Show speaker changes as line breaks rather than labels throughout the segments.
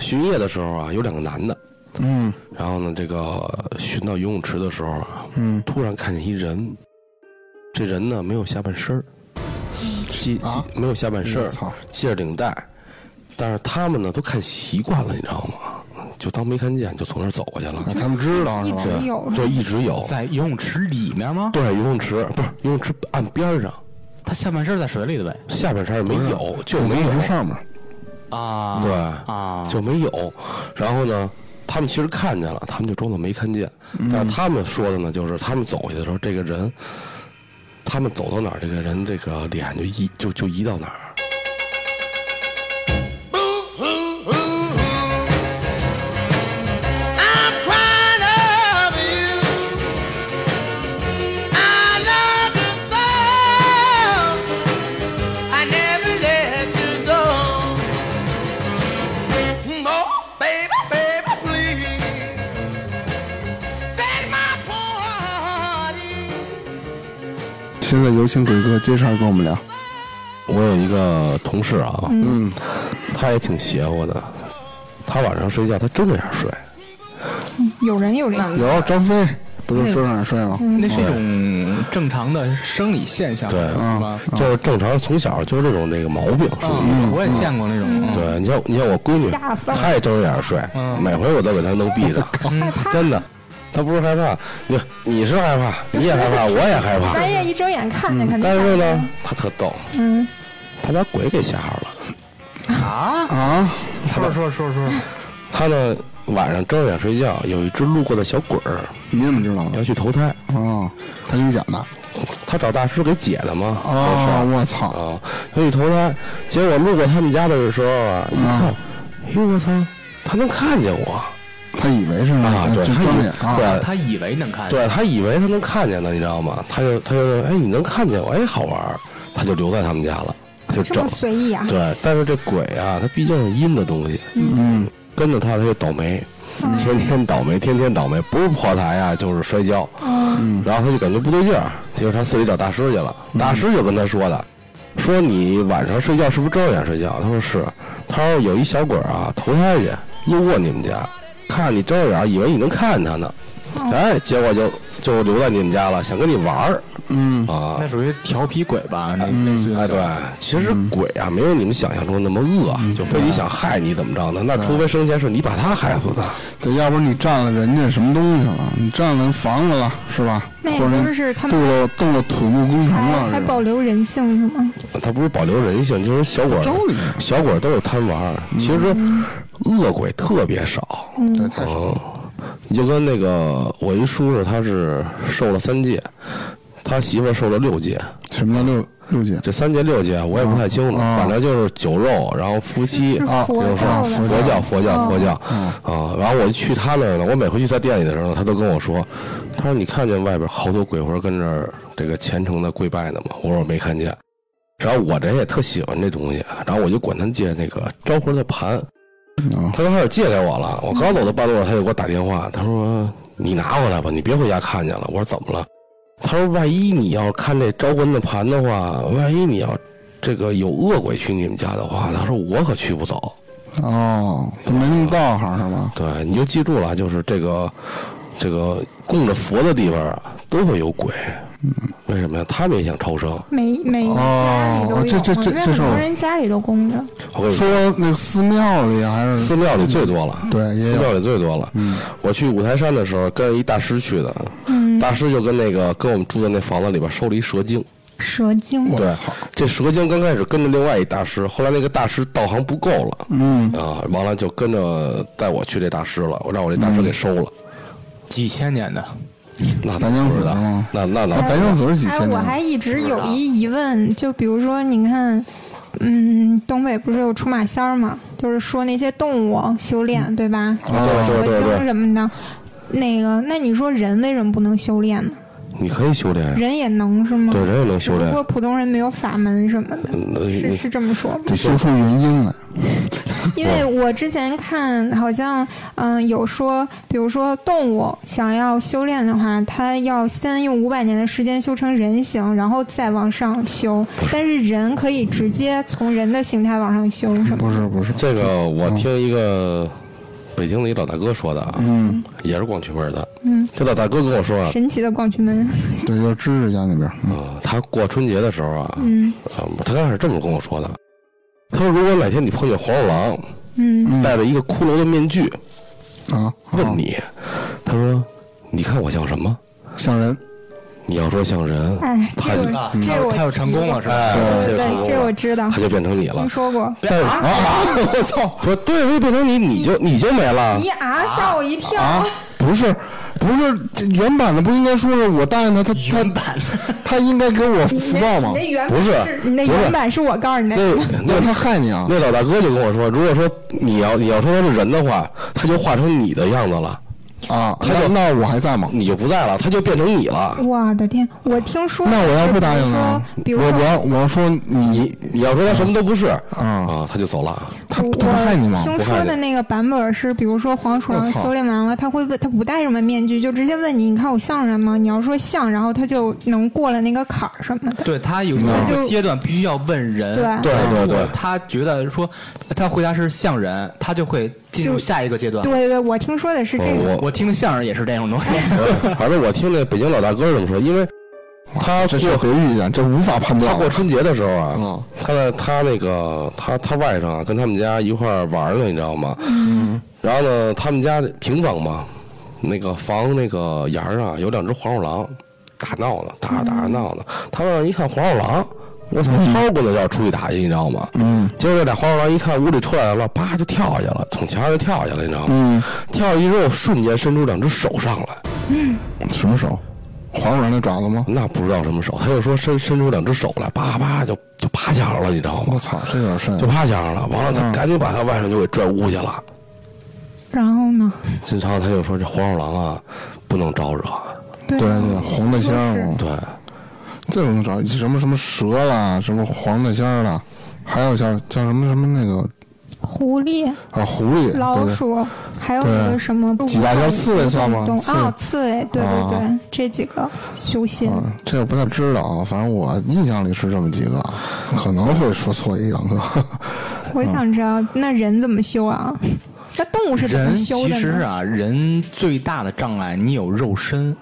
巡夜的时候啊，有两个男的，
嗯
然后呢，这个巡到游泳池的时候啊，
嗯，
突然看见一人，这人呢没有下半身儿，系系
啊
没有下半身儿
我，操，
系着领带，但是他们呢都看习惯了，你知道吗？就当没看见，就从那儿走过去了
啊，他们知道
一
是吧？
直有
就一直有。
在游泳池里面吗？
对，游泳池不是游泳池岸边上，
他下半身在水里的呗。
下半身没有，就没
一
有
直上面，
啊，
对
啊，
就没有。然后呢，他们其实看见了，他们就装作没看见。但是他们说的呢，就是他们走下去的时候，这个人，他们走到哪儿，这个人这个脸就移就就移到哪儿。
I'm crying over you. I love you so. I never let you go. Oh, baby, baby, please set my poor heart ease.
现在有请鬼哥接茬跟我们聊。
我有一个同事啊，嗯，他也挺邪乎的，他晚上睡觉他睁着眼睡，
有人有这个，
有张飞不就桌上睡吗？
嗯
那是一种正常的生理现象，
对
是吧？
就是正常从小就是这种这个毛病，属于。
嗯，我也见过那种，嗯
对，你像你像我闺女，
吓死了
她也睁着眼睡，每回我都给她弄闭着，
嗯
真的，她不是害怕，你你是害怕，你也害怕，我也害怕，
半夜一睁眼看
嗯
见肯定。
但是呢，，她特逗，
嗯，
她把鬼给吓着了，
啊，
啊，
说说说说，
她呢晚上睁着眼睡觉，有一只路过的小鬼儿
你怎么知道
要
的？
去投胎，
哦，他给你讲的。
她找大师给解的嘛，这事儿
哦，我操！
啊，他去投胎，结果路过他们家的时候啊，一看，哟我操，他能看见我
他以为是
啊，
那
对，
个，就
他
装
以
眼啊，
对，
嗯他以为能看见，
对他以为他能看见呢，你知道吗？他就他就说，哎，你能看见我，哎，好玩儿，他就留在他们家了，他就
这
整
么。随意啊？
对，但是这鬼啊，他毕竟是阴的东西，
嗯，
跟着他他就倒霉，天天倒霉，天天倒霉，不是破财呀、就是摔跤。嗯，然后他就感觉不对劲儿，结果他寺里找大师去了，大师就跟他说的，说你晚上睡觉是不是睁着眼睡觉？他说是，他说有一小鬼儿啊投胎去，路过你们家，看你睁着眼，以为你能看见他呢，哎，结果就就留在你们家了，想跟你玩儿。嗯啊，
那属于调皮鬼吧？那类似于
哎，对，其实
嗯
鬼啊，没有你们想象中那么恶，啊就非得想害你怎么着呢？那除
嗯
非生前是你把他害死的。
对，要不然你占了人家什么东西了？你占了人房子了是吧？
那也
或者
就是他们
动了动了土木工程
还
了
还
是吧？
保留人性是吗？
他不是保留人性，就是小鬼儿
招你，
啊
小鬼儿都是贪玩儿。其实
嗯
恶鬼特别少，
对，太少了。
嗯，你就跟那个我一叔叔，他是受了三戒，他媳妇儿受了六戒，
什么叫六六姐？
这三戒六戒我也不太清楚，
啊
反正就是酒肉，然后夫妻
哦是
啊，
佛
就是
教的
佛教佛教
哦
佛教啊。然后我去他那儿呢，我每回去他店里的时候，他都跟我说，他说你看见外边好多鬼魂跟这儿这个虔诚的跪拜呢吗？我说我没看见。然后我这人也特喜欢这东西，啊然后我就管他借那个招魂的盘，
啊，
他就开始借给我了。我刚走到半路上，他就给我打电话，他说：“你拿回来吧，你别回家看见了。”我说：“怎么了？”他说：“万一你要看这招魂的盘的话，万一你要这个有恶鬼去你们家的话，他说我可去不走。
哦，他没那么道行是吧？
对，你就记住了，就是这个这个供着佛的地方啊，都会有鬼。
嗯
为什么呀？他们也想超生。
每每个家里都有，
哦这这这
我觉得
这是
很
我
多人家里都供着。
我跟你
说那个寺庙里还是
寺庙里最多了，
对也有
寺庙里最多了。
嗯，
我去五台山的时候，跟一大师去的，
嗯，
大师就跟那个跟我们住的那房子里边收了一蛇精。
蛇精，
我
对
操，
这蛇精刚开始跟着另外一大师，后来那个大师道行不够了，
嗯，
啊，完了就跟着带我去这大师了，我让我这大
嗯
师给收了。
几千年的，
那
白
咱
娘
不
子
知道
是吗，
那那那
啊白娘子是几
哎，
千
我
年？
还一直有一疑问，就比如说，你看，嗯，东北不是有出马仙儿吗？就是说那些动物修炼，
嗯
对吧？
对
哦
蛇
对对对
精什么的。那个，那你说人为什么不能修炼呢？
你可以修炼呀，
人也能是吗？
对人也能修
只
炼
不。过普通人没有法门什么的，
嗯那
是
你
是这么说的。
得修出原因来，
因为我之前看好像，嗯，有说，比如说动物想要修炼的话，它要先用五百年的时间修成人形，然后再往上修。但是人可以直接从人的形态往上修，是吗？
不是不是，
这个我听一个北京的一老大哥说的啊，嗯，也是广渠门的，嗯，这老大哥跟我说啊，
神奇的逛渠门，
对，就是知识家那边，嗯
啊，他过春节的时候啊，嗯，啊，他刚开始这么跟我说的，他说如果哪天你碰见黄鼠狼，
嗯，哦
戴着一个骷髅的面具，
啊，
问你，他说你看我像什么？
像人，
你要说像人，
哎，
他
这
就
个
啊，
这
他
我
他又成功了是吧？
哎，他就
对
成功了
这我知道
他就变成你了
听。说过。
但是啊， 我操！说对，如果变成你，你就你就没了
你啊，吓我一跳！
不是不是，这原版的不应该说是我答应他，他他他应该给我
你
福报
那
吗
你？那原
不
版
是
你那
不是
原版是我告诉你
那
的，
那
让他害你啊！
那老大哥就跟我说，如果说你要你要说他是人的话，他就化成你的样子了，
啊，
他就
那那我还在吗？
你就不在了，他就变成你了。
我的天！我听说
那我要不答应呢
呢？？比如
我
说，
我要我要说你
你你要说他什么都不是
嗯
啊，
啊，他就走了。
他
我
他不害你吗？
听
不害
说
你
的那个版本是，比如说黄鼠
我
狼
操
修炼完了，他会问他不戴什么面具，就直接问你，你看我像人吗？你要说像，然后他就能过了那个坎儿什么
啊
的。
对他有一个阶段必须要问人，
对
对对
如果
对
他觉得说他回答是像人，他就会进入
就
下一个阶段
对。对对，我听说的是这
我
哦
种。
我
我听相声也是这种东西，
反正我听那北京老大哥怎么说，因为他
这是
过
别遇见，这无法判
他
断
过
了。
春节的时候啊，
嗯
他在他那个他他外甥啊跟他们家一块儿玩儿呢，你知道吗？
嗯
然后呢，他们家平房嘛，那个房那个沿儿啊有两只黄鼠狼，打闹呢，打打闹呢。
嗯
他外甥一看黄鼠狼，我操，超过了要出去打去，你知道吗？
嗯
结果这俩黄鼠狼一看屋里出来了，叭就跳下去了，从墙上就跳下去了，你知道吗？
嗯，
跳下去之后，瞬间伸出两只手上来，
什么手？黄鼠狼那爪子吗？
那不知道什么手，他就说伸伸出两只手来，叭叭就就趴下了，你知道吗
我？操，这有点深
就。趴下了，完了他
嗯
赶紧把他外甥就给拽屋去了。
然后呢？
金超他就说这黄鼠狼啊，不能招惹，
对
对对，黄大仙儿嘛，
对。
这种找什么什么蛇啦，什么黄大仙儿啦，还有叫叫什么什么那个
狐狸、
啊狐狸、
老
对对
鼠，还有那
对
个什么
几大件刺猬算吗
动物
刺猬
啊，刺猬，对对对
啊，
这几个修仙。
啊，这我不太知道啊，反正我印象里是这么几个，可能会说错一两个。
我想知道那人怎么修啊？
嗯
那动物是怎么
人
修
其
的
实
呢？
啊，人最大的障碍，你有肉身，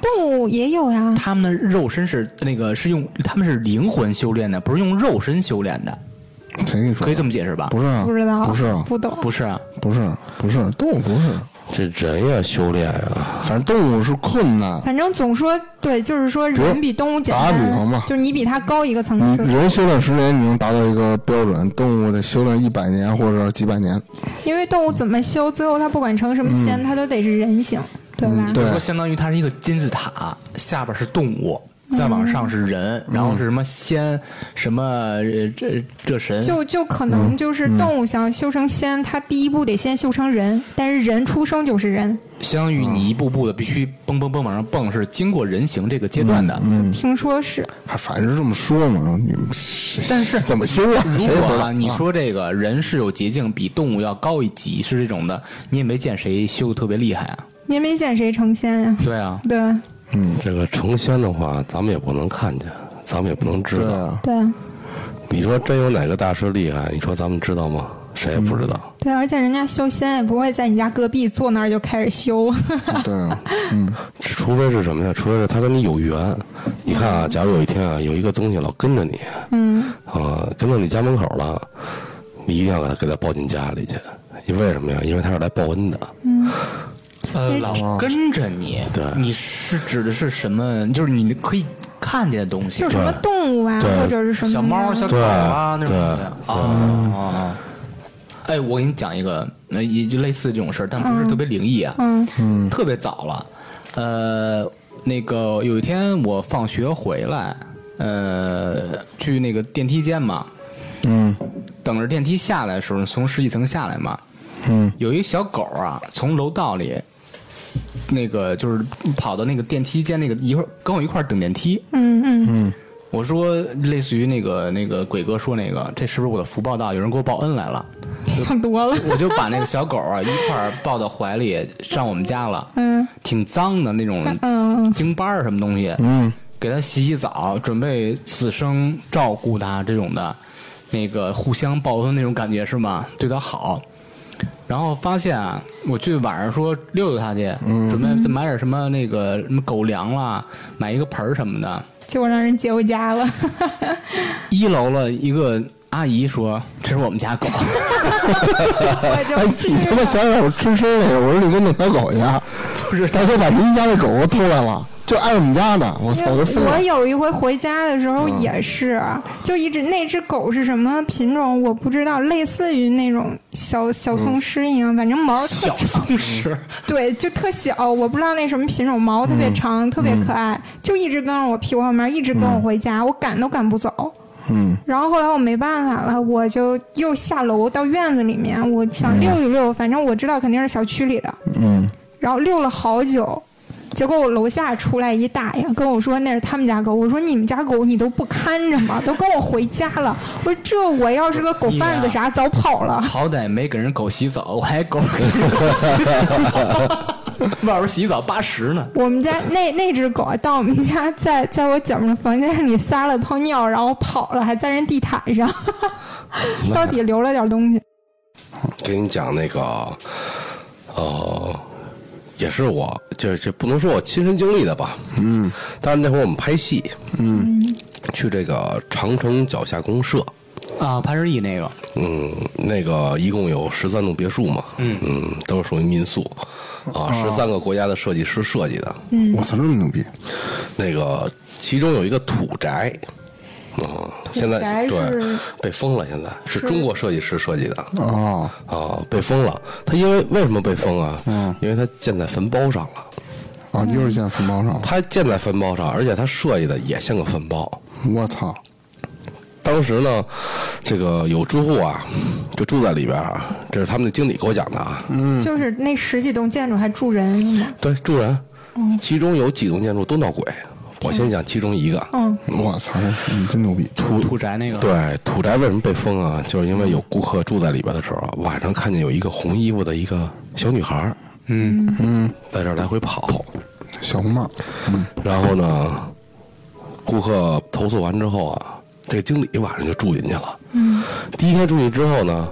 动物也有呀。
他们的肉身是那个是用他们是灵魂修炼的，不是用肉身修炼的，
谁给你说
可以
的？
这么解释吧？
不是啊，
不知道，
不是啊，
不懂，
不是啊，
不是，不是啊动物，不是，
这人呀，修炼呀，
反正动物是困难。
反正总说对，就是说
比
人
如
比动物简
打
单，
个比方吧嗯
就是你比它高一个层
你
次，
人修炼十年，你能达到一个标准，动物得修炼一百年或者几百年。
因为动物怎么修，最后它不管成什么仙，它都得是人形，对吧？
嗯对
就说相当于它是一个金字塔，下边是动物，再
嗯
往上是人，然后是什么仙，什么呃这这神，
就就可
嗯
能就是动物想要修成仙，它第一步得先修成人，但是人出生就是人，
相当于你一步步的必须蹦蹦蹦往上蹦，是经过人形这个阶段的。
嗯，
听说是
还反正是这么说嘛，你们谁
但是
怎么修啊？
如
谁也
果
不知道
啊，你说这个人是有捷径，比动物要高一级，是这种的，你也没见谁修的特别厉害啊。
你也没见谁成仙呀、
对啊，
对
这个成仙的话，咱们也不能看见，咱们也不能知
对
道。
啊，
对啊
你说真有哪个大师厉害？你说咱们知道吗？谁也不知道。
对啊，而且人家修仙也不会在你家隔壁坐那儿就开始修，
对啊，
除非是什么呀？除非是他跟你有缘。你看啊，假如有一天啊，有一个东西老跟着你，
嗯，
啊，跟到你家门口了，你一定要给他给他抱进家里去。因为什么呀？因为他是来报恩的。
呃，
嗯
老跟着你，
对
你是指的是什么？就是你可以看见的东西，
就是什么动物啊，
对
或者是什么
小猫、小狗
对
啊那种
对
东西啊啊。啊哎，我给你讲一个，呃也就类似这种事儿，但不是特别灵异啊，
嗯
特别早了。呃，那个有一天我放学回来，呃，去那个电梯间嘛，
嗯
等着电梯下来的时候，从十几层下来嘛，
嗯，
有一小狗啊，从楼道里，那个就是跑到那个电梯间那个一会儿跟我一块儿等电梯，
嗯嗯
我说类似于那个那个鬼哥说那个，这是不是我的福报到？有人给我报恩来了。
想多了。
我就把那个小狗啊一块儿抱到怀里上我们家了，
嗯，
挺脏的那种
嗯
京巴儿什么东西，嗯，给它洗洗澡，准备此生照顾它这种的，那个互相报恩那种感觉是吗？对它好。然后发现啊，我去晚上说溜溜它去，准备再买点什么那个什么狗粮啦，买一个盆儿什么的。
结果让人接回 家了。
一楼了一个阿姨说：“这是我们家 狗。”
我就
哎， 你他妈想想我吃吃那个，我说你给那小狗去，不是大哥把您家那狗给偷来了，就爱我们家的，嗯我操，我都疯
我
了。
有一回回家的时候也是，就一只那只狗是什么品种我不知道，类似于那种小小
嗯
松狮一样，反正毛特
小 松狮，
对，就特小，我不知道那什么品种，毛特
嗯
别长，特别可爱，就一直跟着我屁股后面，一直跟我回家，我赶都赶不走。
嗯，
然后后来我没办法了，我就又下楼到院子里面，我想溜一溜，反正我知道肯定是小区里的。
嗯，
然后溜了好久，结果我楼下出来一大爷跟我说那是他们家狗，我说你们家狗你都不看着吗？都跟我回家了，我说这我要是个狗贩子啥早跑了。
好歹没给人狗洗澡，我还狗给人狗洗澡， 外边洗澡八十呢。
我们家那那只狗啊到我们家在，在我姐们儿房间里撒了泡尿，然后跑了，还在人地毯上， 到底留了点东西。
给你讲那个，呃，也是我，这这不能说我亲身经历的吧，嗯，但是那会儿我们拍戏，嗯，去这个长城脚下公社，
啊，潘石屹那个，
嗯，那个一共有十三栋别墅嘛，嗯都是属于民宿，
哦
啊，十三个国家的设计师设计的，
我操，这么牛逼！
那个其中有一个土宅，啊，现在
宅
对
是
被封了，现在是中国设计师设计的，
哦，
啊，被封了。它因为为什么被封啊？
嗯
因为它建在坟包上了。
啊，又是现在坟包上了，
它建在坟包上，而且它设计的也像个坟包。
我操！
当时呢，这个有住户啊，就住在里边儿，这是他们的经理给我讲的啊。
就是那十几栋建筑还住人是吗？
对，住人，其中有几栋建筑都闹鬼。我先讲其中一个。
嗯，
我操，你真牛逼！
土土宅那个，
对，土宅为什么被封啊？就是因为有顾客住在里边的时候，啊晚上看见有一个红衣服的一个小女孩，
嗯，
在这儿来回跑。
小红帽，
然后呢，顾客投诉完之后啊，这经理晚上就住进去了。嗯，第一天住进去之后呢，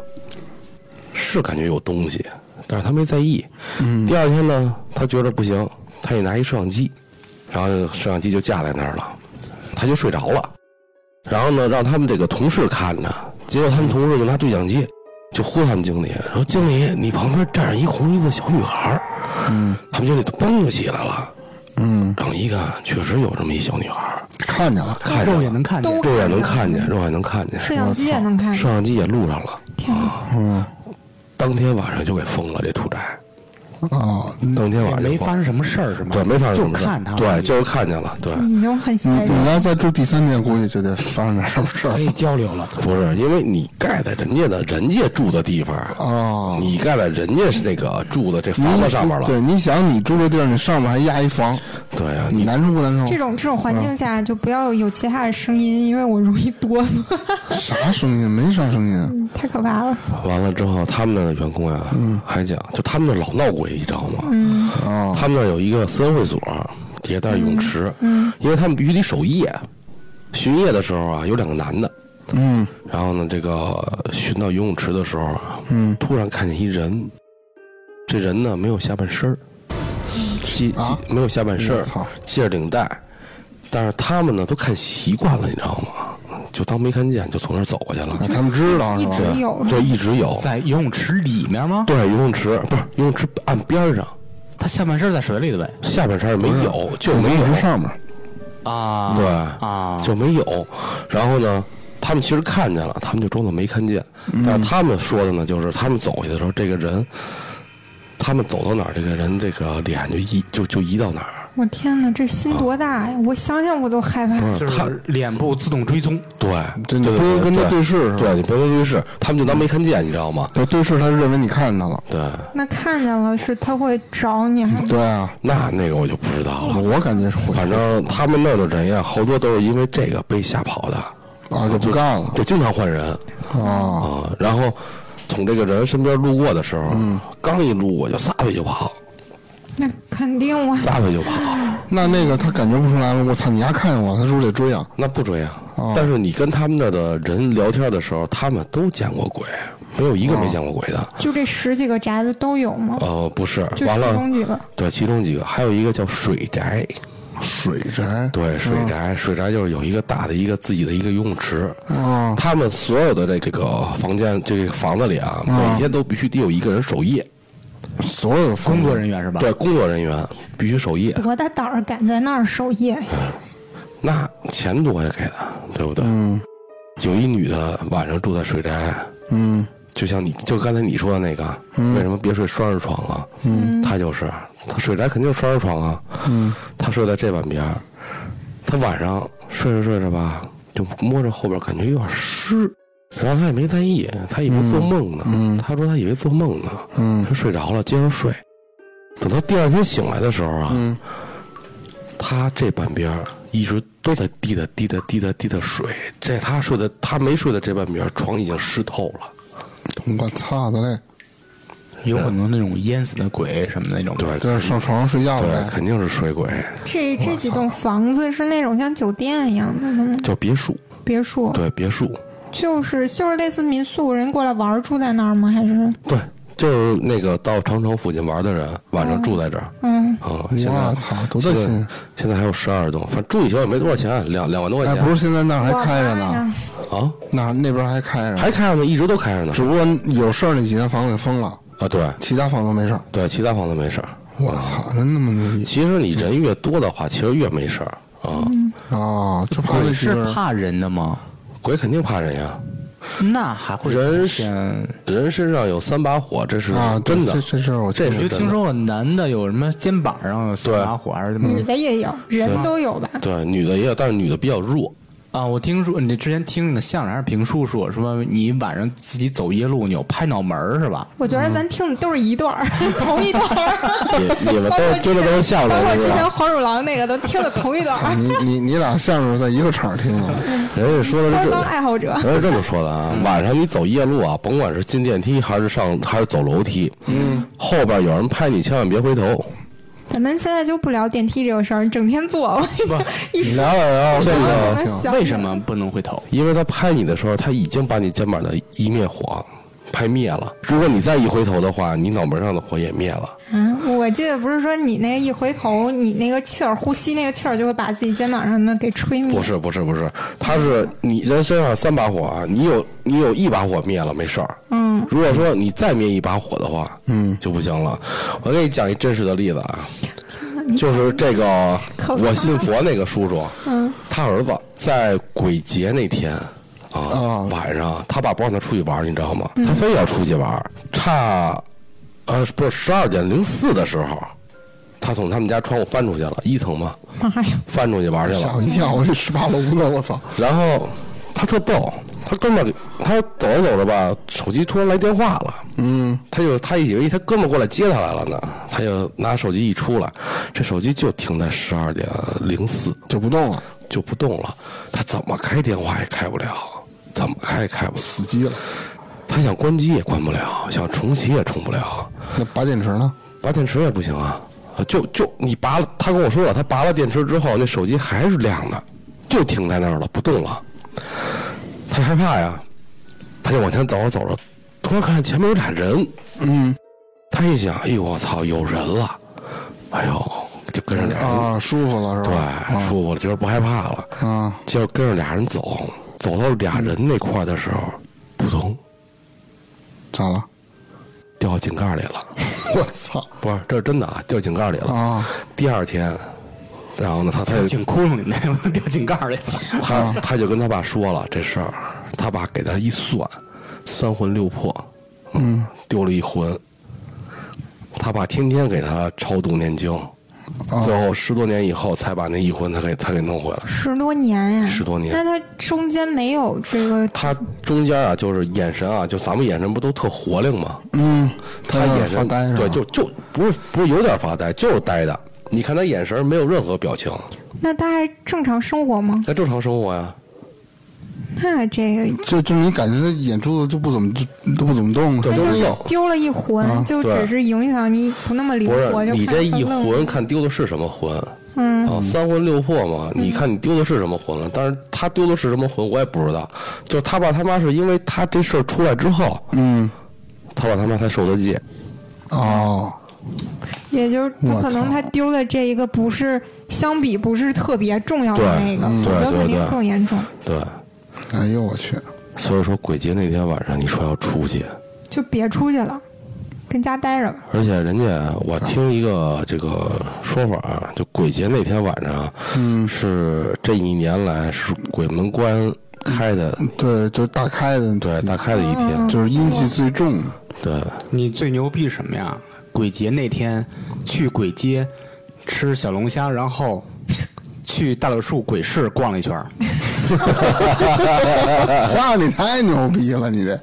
是感觉有东西，但是他没在意。嗯，第二天呢，他觉得不行，他也拿一摄像机，然后摄像机就架在那儿了，他就睡着了。然后呢，让他们这个同事看着，结果他们同事就拿对讲机。就呼他们经理说：“经理，你旁边站着一红衣服小女孩儿。”嗯，他们经理都嘣就起来了。
嗯，
然后一看，确实有这么一小女孩儿，
看见了，
看见
肉
了
眼能看见
都，
肉眼能看见，肉眼能看见，
哦啊摄像机也能看
摄。像机也录上了。
天哪！
嗯，
当天晚上就给封了这土宅，
哦，你
当天晚
也
上就
嗯哎没
封
发
了
生什么事儿是吗？
对，没发生什
就
么事儿
看他，
对，就是看见了，对，
已经很吓人
你
了。
要再住第三天，估计就得发生点什么事
可
儿
以交流了。
不是因为你盖在人家的人家住的地方，
哦。
你盖在人家是那个住的这房子上面了，
嗯
对，你想你住这地儿，你上面还压一房，
对啊，
你
你
难受不难受？
这种这种环境下就不要有其他的声音，因为我容易哆嗦，
啥声音？没啥声音。
太可怕了。
完了之后，他们那儿的员工呀，还讲，就他们那儿老闹鬼，你知道吗？嗯，
嗯哦，
他们那儿有一个私人会所，底下带着泳池，嗯，因为他们必须得守夜，巡夜的时候啊，有两个男的，
嗯，
然后呢，这个寻到游泳池的时候啊，
嗯
突然看见一人，这人呢没有下半身儿，系系
啊
没有下半身
我
儿，
操
系着领带，但是他们呢都看习惯了，你知道吗？就当没看见，就从那儿走过去了
啊，他们知道是
一
吧？
直有
就一直有。
在游泳池里面吗？
对，游泳池不是游泳池岸边上，
他下半身在水里的呗。
下半身儿没有，就没
没
有
有上面。
啊，
对
啊，
就没有。然后呢，他们其实看见了，他们就装作没看见。
嗯
但是他们说的呢，就是他们走下去的时候，这个人，他们走到哪儿，这个人这个脸就移就就移到哪儿。
我天哪，这心多大呀！我想想我都害怕。
不
就是
他，
是脸部自动追踪。
对，
这你
对
不能跟他
对
嗯对视是吧
对你不能跟他对视，他们就当没看见，你知道吗？
对，对视，他认为你看他了。
对，
那看见了是他会找你，还
对啊，
那那个我就不知道了。
我感觉是会
反正他们那儿的人呀，好多都是因为这个被吓跑的，
啊，就不干了
就经常换人。
啊。
啊，然后从这个人身边路过的时候，刚一路过就撒腿就跑，
那肯定我
撒腿就跑，
那那个他感觉不出来吗？我操，你丫看见我，他是不是得追啊？
那不追啊。
哦
但是你跟他们那儿的人聊天的时候，他们都见过鬼，没有一个没见过鬼的。
就这十几个宅子都有吗？
呃，不是，
就
完
其
了
中，几个，
对，其中几个，还有一个叫水宅，
水宅，
对，水宅，水宅就是有一个大的一个自己的一个游泳池，
啊，
他们所有的这这个房间，这个房子里啊，每天都必须得有一个人守夜，
所有的
工
风格
作人员是吧？
对，工作人员必须守夜，
多大胆儿敢在那儿守夜？
那钱多呀给的，对不对？
嗯
有一女的晚上住在水宅，
嗯
就像你就刚才你说的那个，为什么别睡双人床啊？
嗯
她就是，她水宅肯定是双人床啊，
嗯，
她睡在这半边儿，她晚上睡着睡着吧，就摸着后边感觉有点湿，然后她也没在意，她以为做梦呢，
嗯嗯
她说她以为做梦呢，
嗯
她睡着了，接着睡，等到第二天醒来的时候啊，
嗯，
他这半边儿一直都在滴答滴答滴答滴答水，在他睡的他没睡的这半边儿床已经湿透了。
嗯我操的嘞，
有可能那种淹死的鬼什么的那种。
对，
就是上床上睡觉
对，
呗。
肯定是水鬼，
这这几栋房子是那种像酒店一样的吗？
叫别墅。
别墅，
哦
对，别墅，
就是就是类似民宿，人过来玩儿住在那儿吗？还是
对，就是那个到长城附近玩的人，晚
哦
上住在这儿。
嗯，
啊、现在
我操，多大
现
心啊
在！现在还有十二栋，反正住一宿也没多少钱，啊两两万多块
哎，
钱。
不是现在那儿还开着
我的妈
呢
呀，
啊，
那儿那边还开着呢，
还开着呢，一直都开着呢。
只不过有事儿那几间房给封了，
啊，对
其他房都没事儿。
对，其他房子没事儿。啊
我操，真那么牛逼
其实你人越多的话，其实越没事儿啊。
啊！就怕
鬼
那几
是
个人
怕人的吗？
鬼肯定怕人呀。
那还会
人是
先？
人身上有三把火，这是
啊，对
真的
这。这事儿我
这
我就是听说过男的有什么肩膀上有三把火还是怎么
女的也有，人都有吧？
对，女的也有，但是女的比较弱。
啊？我听说你之前听那个相声还是评书说说你晚上自己走夜路，你有拍脑门儿是吧？
我觉得咱听的都是一段儿， 同一段儿。
你你 们
包括
都听的都是相
包括
声，
之
是
前
吧？
黄鼠狼那个都听的同一段
啊
儿，
你你你俩相声在一个场儿听 的，
人家说的
观
是
光爱好者。
人是这么说的啊，晚上你走夜路啊，甭管是进电梯还是上还是走楼梯，嗯，后边有人拍你，千万别回头。
咱们现在就不聊电梯这个事儿，你整天坐，我跟你说一
你
说
聊聊聊，这
我
个
能想起来
为什么不能回头？
因为他拍你的时候，他已经把你肩膀的一灭火拍灭了。如果你再一回头的话，你脑门上的火也灭了。
啊？我记得不是说你那个一回头，你那个气儿呼吸那个气儿就会把自己肩膀上的给吹灭。
不是不是不是，他是你人身上三把火啊，你有你有一把火灭了没事儿，嗯，如果说你再灭一把火的话，嗯，就不行了。我给你讲一真实的例子啊，就是这 个
可怕
我信佛那个叔叔， 嗯，他儿子在鬼节那天啊
啊
晚上，他爸不让他出去玩儿，你知道吗？他非要出去玩儿，差呃不是十二点零四的时候，他从他们家窗户翻出去了，一层嘛，
妈呀！
翻出去玩儿去了
吓。我一跳，我这十八楼呢，我操！
然后他特逗，他哥们儿给他走着走着吧，手机突然来电话了，嗯，他就他以为他哥们儿过来接他来了呢，他就拿手机一出来，这手机就停在十二点零四
就不动了，
就不动了，他怎么开电话也开不了，怎么开也开不
死
死，
机了。
他想关机也关不了，想重启也重不了，
那拔电池呢？
拔电池也不行啊，啊就就你拔了，他跟我说了，他拔了电池之后，那手机还是亮的，就停在那儿了，不动了。他害怕呀，他就往前走着走着，突然看见前面有俩人，
嗯
他一想，哎呦我操，有人了，哎呦，就跟着俩人，
啊，舒服了是吧？
哎对，舒服了，觉得不害怕了，
服啊，
接着跟着俩人走，走到俩人那块儿的时候，扑通
咋 了？
掉井盖里了，
我操
不是，这是真的啊，掉井盖里了。
啊！
第二天，然后呢，他他就
井窟窿里面 掉井盖儿里了。
他他就跟他爸说了这事儿，他爸给他一算，三魂六魄，嗯，丢了一魂。他爸天天给他超度念经，
哦
最后十多年以后才把那一魂才给才给弄回来。
十多年呀、
十多年
那他中间没有这个
他中间啊，就是眼神啊，就咱们眼神不都特活灵吗？嗯，他
他有点
眼神
发呆是
对，
吧
就就不是不是有点发呆，就是呆的。你看他眼神没有任何表情，
那他还正常生活吗？
他正常生活呀。
那这个
就就你感觉他眼珠子就不怎么就都不怎么动，
对
那
都是
就
肉
丢了一魂，
啊
就只是影响你不那么灵
不是
活。就
你
看
这
着
一
更愣
魂，看丢的是什么魂
嗯，
啊？三魂六魄嘛，你看你丢的是什么魂了？但是他丢的是什么魂，我也不知道。就他爸他妈是因为他这事儿出来之后，
嗯，
他爸他妈才受的戒。
哦，
也就是他
我
可能
操
他丢的这一个不是相比不是特别重要的
对
那个，
嗯
否则
对对
肯定
对
更严重。
对，
哎呦我去，
所以说鬼节那天晚上你说要出去，
就别出去了，跟家待着吧。
而且人家我听一个这个说法啊，就鬼节那天晚上，嗯，是这一年来是鬼门关开的，
对，就是大开的，
对，大开的一
哦
天，
就是阴气最重，
对，
你最牛逼什么呀？鬼节那天去鬼街吃小龙虾，然后去大柳树鬼市逛了一圈儿。
哎
哇，你太牛逼了，你这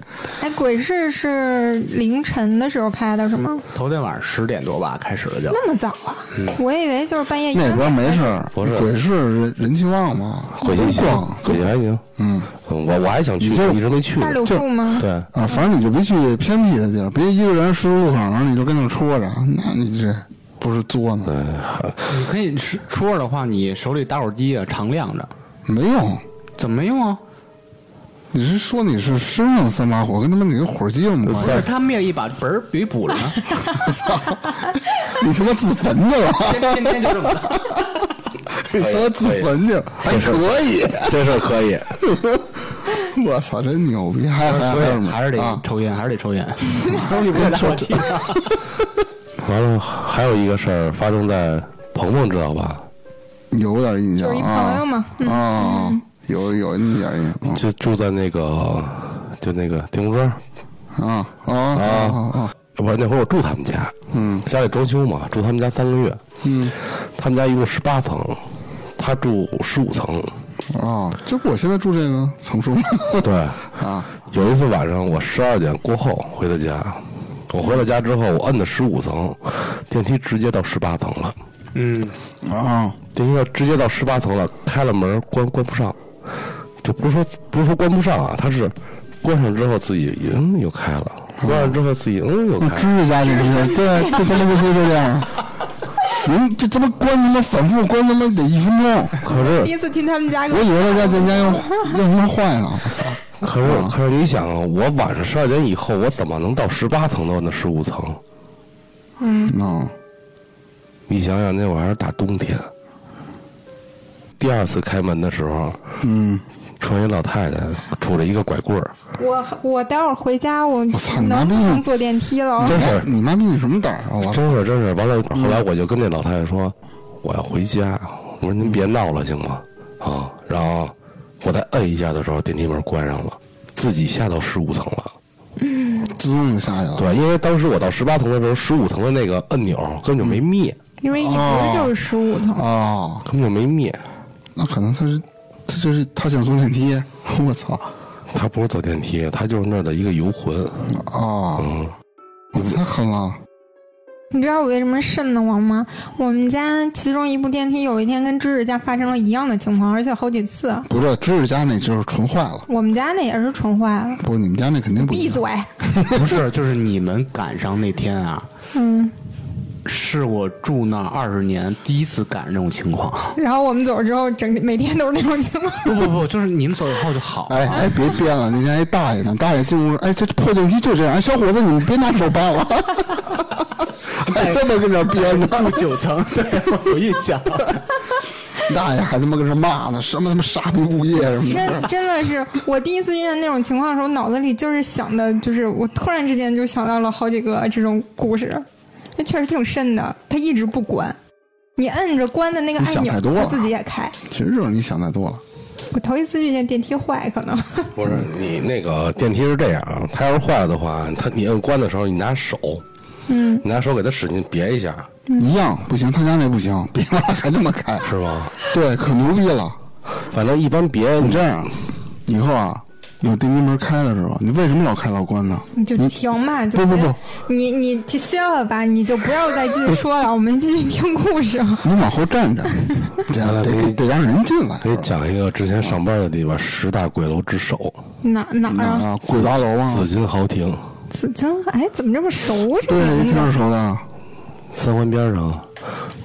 哎，鬼市是凌晨的时候开的是吗？
头天晚上十点多吧开始了就。
那么早啊？我以为就是半夜
嗯
一
那
两
边
点
没事儿，
不是
鬼市人人气旺嘛，
鬼节行
逛，
鬼节还行，
嗯
嗯我我还想去，
你这
一直没去
大，柳树吗？
对，
啊，反正你就别去偏僻的地儿，别一个人十字路口儿你就跟那儿戳着，那你这不是作呢？
嗯，还
你可以是初二的话，你手里打火机啊常亮着，
没用。
怎么没用啊？
你是说你是身上三把火，跟他妈你个火机有什么关
不
系
是？他灭了一把本儿给补了 呢，
你他妈自焚去了，
天天天就这么干。
你他妈自焚去了，还可以。
这事儿可以，
我操，真牛逼！还还
所
还有
以
吗
还是
啊
得抽烟，还是得抽烟。
你别 抽，
完了还有一个事儿发生在鹏鹏知道吧？
有点印象
就是一朋友
啊
嘛，嗯，
啊，有有那么点印象
就住在那个就那个定福庄，
啊啊啊啊啊！
不是那会儿我住他们家，哦嗯，家里装修嘛，住他们家三个月，嗯，他们家一共十八层，他住十五层，
哦，这不我现在住这个层数吗？
对，
啊，
有一次晚上我十二点过后回的家，我回到家之后我摁的十五层，电梯直接到十八层了，
嗯，
啊，
电梯要直接到十八层了，开了门关关不上，就不是说不是说关不上啊，它是关上之后自己嗯又开了，关上之后自己嗯又
那
开
知
了。
识家就是对，这他妈就就这样。您这他妈关他妈反复关他妈得一分钟，可是
第一次听他们家跟
我
我
以为他家在家要要他妈坏了，我操！
可是
嗯
可是你想啊，我晚上十二点以后我怎么能到十八层到那十五层？
嗯，
你想想那玩意儿大冬天，第二次开门的时候，
嗯，
穿一老太太杵着一个拐棍儿，
我我待会儿回家，我
操你妈
能
逼
不能坐电梯了？
真是
哎你妈逼你什么胆儿啊！我操！
真是真是。完了，后来我就跟那老太太说，我要回家。我说您别闹了，行吗？啊，然后我再摁一下的时候，电梯门关上了，自己下到十五层了。
自动就下去了。
对，因为当时我到十八层的时候，十五层的那个按钮根本就没灭，
因为一直就是十五层，
哦，
根本就没灭。
那可能他是他就是他想坐电梯，我操！
他不是走电梯，他就是那儿的一个游魂。
哦，
嗯，
你太狠了！
你知道我为什么瘆得慌吗？我们家其中一部电梯有一天跟芝芝家发生了一样的情况，而且好几次。啊
不是，知识家那就是纯坏了，
我们家那也是纯坏了，
不，你们家那肯定不一样。
闭嘴！
不是，就是你们赶上那天啊，
嗯，
是我住那二十年第一次赶上这种情况。
然后我们走之后，整每天都是那种情况。
不不不，就是你们走以后就 好了。
哎哎，别编了！那天一大爷呢，大爷进屋，哎，这破电梯就这样。哎，小伙子，你们别拿手掰了， 还这么跟这编呢。
九层，对我有印 象。
大爷还他妈跟这骂呢，什么他妈傻逼物业什么 的。
真真的是，我第一次遇见那种情况的时候，脑子里就是想的，就是我突然之间就想到了好几个这种故事，那确实挺瘆的。它一直不关，你摁着关的那个
你
按
想
钮，
太多了
它自己也开。
其实就是你想太多了。
我头一次遇见电梯坏，可能
不是你那个电梯是这样啊，它要是坏了的话，它你摁关的时候，你拿手，嗯，你拿手给它使劲别一下，
一样不行，他家那不行，别了还那么开，
是吗？
对，可牛逼了。
反正一般别
你这样，以后啊，有电机门开的时候，你为什么老开老关呢？
你就停嘛，就
不不
是
不
你你歇会儿吧，你就不要再继续说 了，我们继续听故事。
你往后站站，这样得得得让人进来。
可以讲一个之前上班的地方，十大鬼楼之首，
哪哪儿啊？
啊，鬼八楼啊
紫，金豪庭，
紫金，哎，怎么这么熟这
对，一
名
听
字？
就熟的。啊
三环边上啊。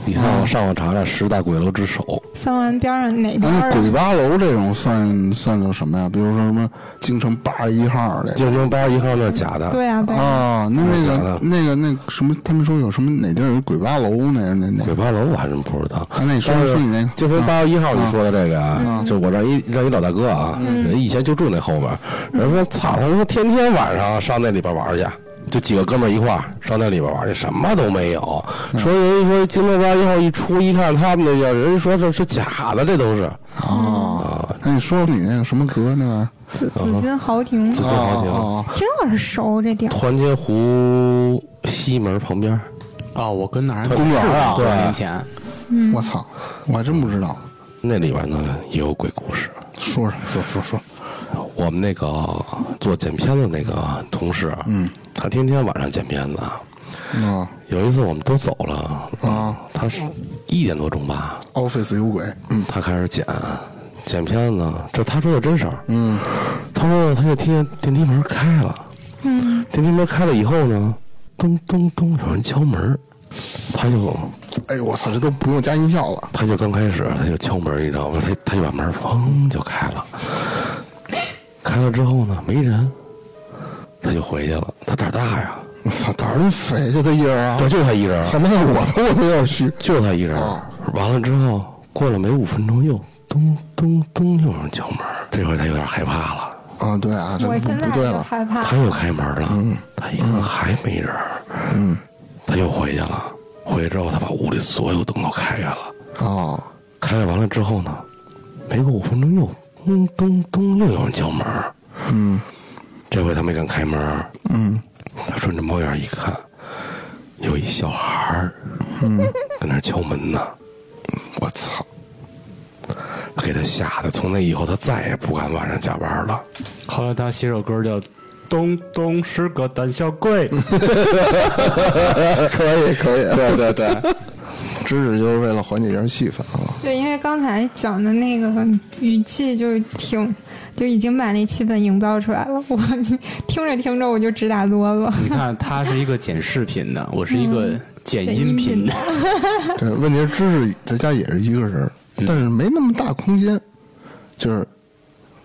你上网上网查查十大鬼楼之首，
三环边上哪边
那
儿
嗯鬼
啊？
八楼这种算算作什么呀？比如说什么京城八十一号这
京城八十一号那是假的，
对啊，对啊，
啊，那那
真的假
个
的
那个那个什么，他们说有什么哪地儿有鬼八楼那那那
鬼八楼我还真不知道。
啊那你说
但是
说你那个嗯
京城八十一号你说的这个啊，就我让一让一老大哥啊，
嗯
人以前就住那后面，人说操，他说天天晚上上那里边玩去。就几个哥们儿一块儿上那里边玩去，什么都没有。
嗯
说人家说京城八十一号一出一看他们那叫，人家说这是假的，这都是
啊，那你说说你那个什么阁啊那玩意儿？
紫紫金豪庭，
紫金豪
哦
庭，
真耳熟这 地儿。
团结湖西门旁边儿。
哦，我跟那儿还
公园啊
多少
对
年前，
我操，我还真不知道。
那里边呢也有鬼故事。
说说说说说，
我们那个做剪片的那个同事，嗯，他天天晚上剪片子。
啊
有一次我们都走了，嗯
啊
他是一点多钟吧，
，Office 有鬼，嗯
他开始剪，剪片子呢，这他说的真事儿，嗯，他说他就听见电梯门开了，嗯，电梯门开了以后呢，咚咚咚有人敲门，他就
哎呦我操，这都不用加音效了。
他就刚开始他就敲门，你知道吗？他他就把门砰就开了，开了之后呢没人，他就回去了，他胆儿大呀，
我操，胆儿真肥，就这一人啊！
这就他一人，嗯
操，那要我的我都要虚。
就他一人。完了之后，过了没五分钟，又咚咚咚，又有人敲门。这回他有点害怕了，
啊，对啊，这
我现在
不对
就
了。
害怕。
他又开门了。他一看还没人，嗯，他又回去了。回去之后，他把屋里所有灯都开开了。
哦，
开开完了之后呢，没过五分钟又咚咚咚，又有人敲门。
嗯
这回他没敢开门，
嗯，
他顺着猫眼一看，有一小孩儿，跟那儿敲门呢。
我操，
给他吓得，从那以后他再也不敢晚上加班了。
后来他写首歌叫《东东是个胆小鬼》，
可以可以，
对对对，
知识就是为了缓解人气氛啊。
对，因为刚才讲的那个语气就是挺，就已经把那气氛营造出来了。我听着听着我就直打哆嗦。
你看他是一个剪视频 的，我是一个嗯剪音频 的，
对，问题是知识在家也是一个人儿，但是没那么大空间，就是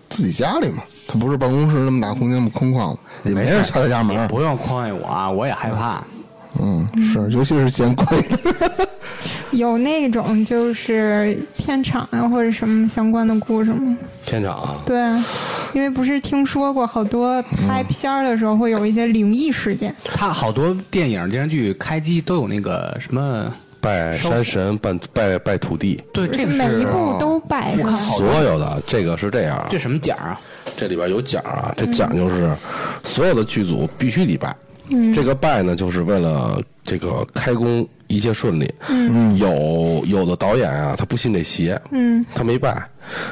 自己家里嘛，他不是办公室那么大空间那么空旷，也没人
事
敲他家门
也
儿。
不用宽慰我啊，我也害怕。
嗯，是，尤其是见鬼，
有那种就是片场啊或者什么相关的故事吗？
片场啊，
对啊，因为不是听说过好多拍片儿的时候会有一些灵异事件。
他好多电影电视剧开机都有那个什么，
拜
烧
山神，拜拜拜土地，
对，这个
每一
是
部都拜上，
所有的这个是这样啊，
这什么奖啊？
这里边有奖啊，这奖就是所有的剧组必须得拜。这个拜呢，就是为了这个开工一切顺利。嗯，有有的导演啊，他不信这邪，嗯，他没拜。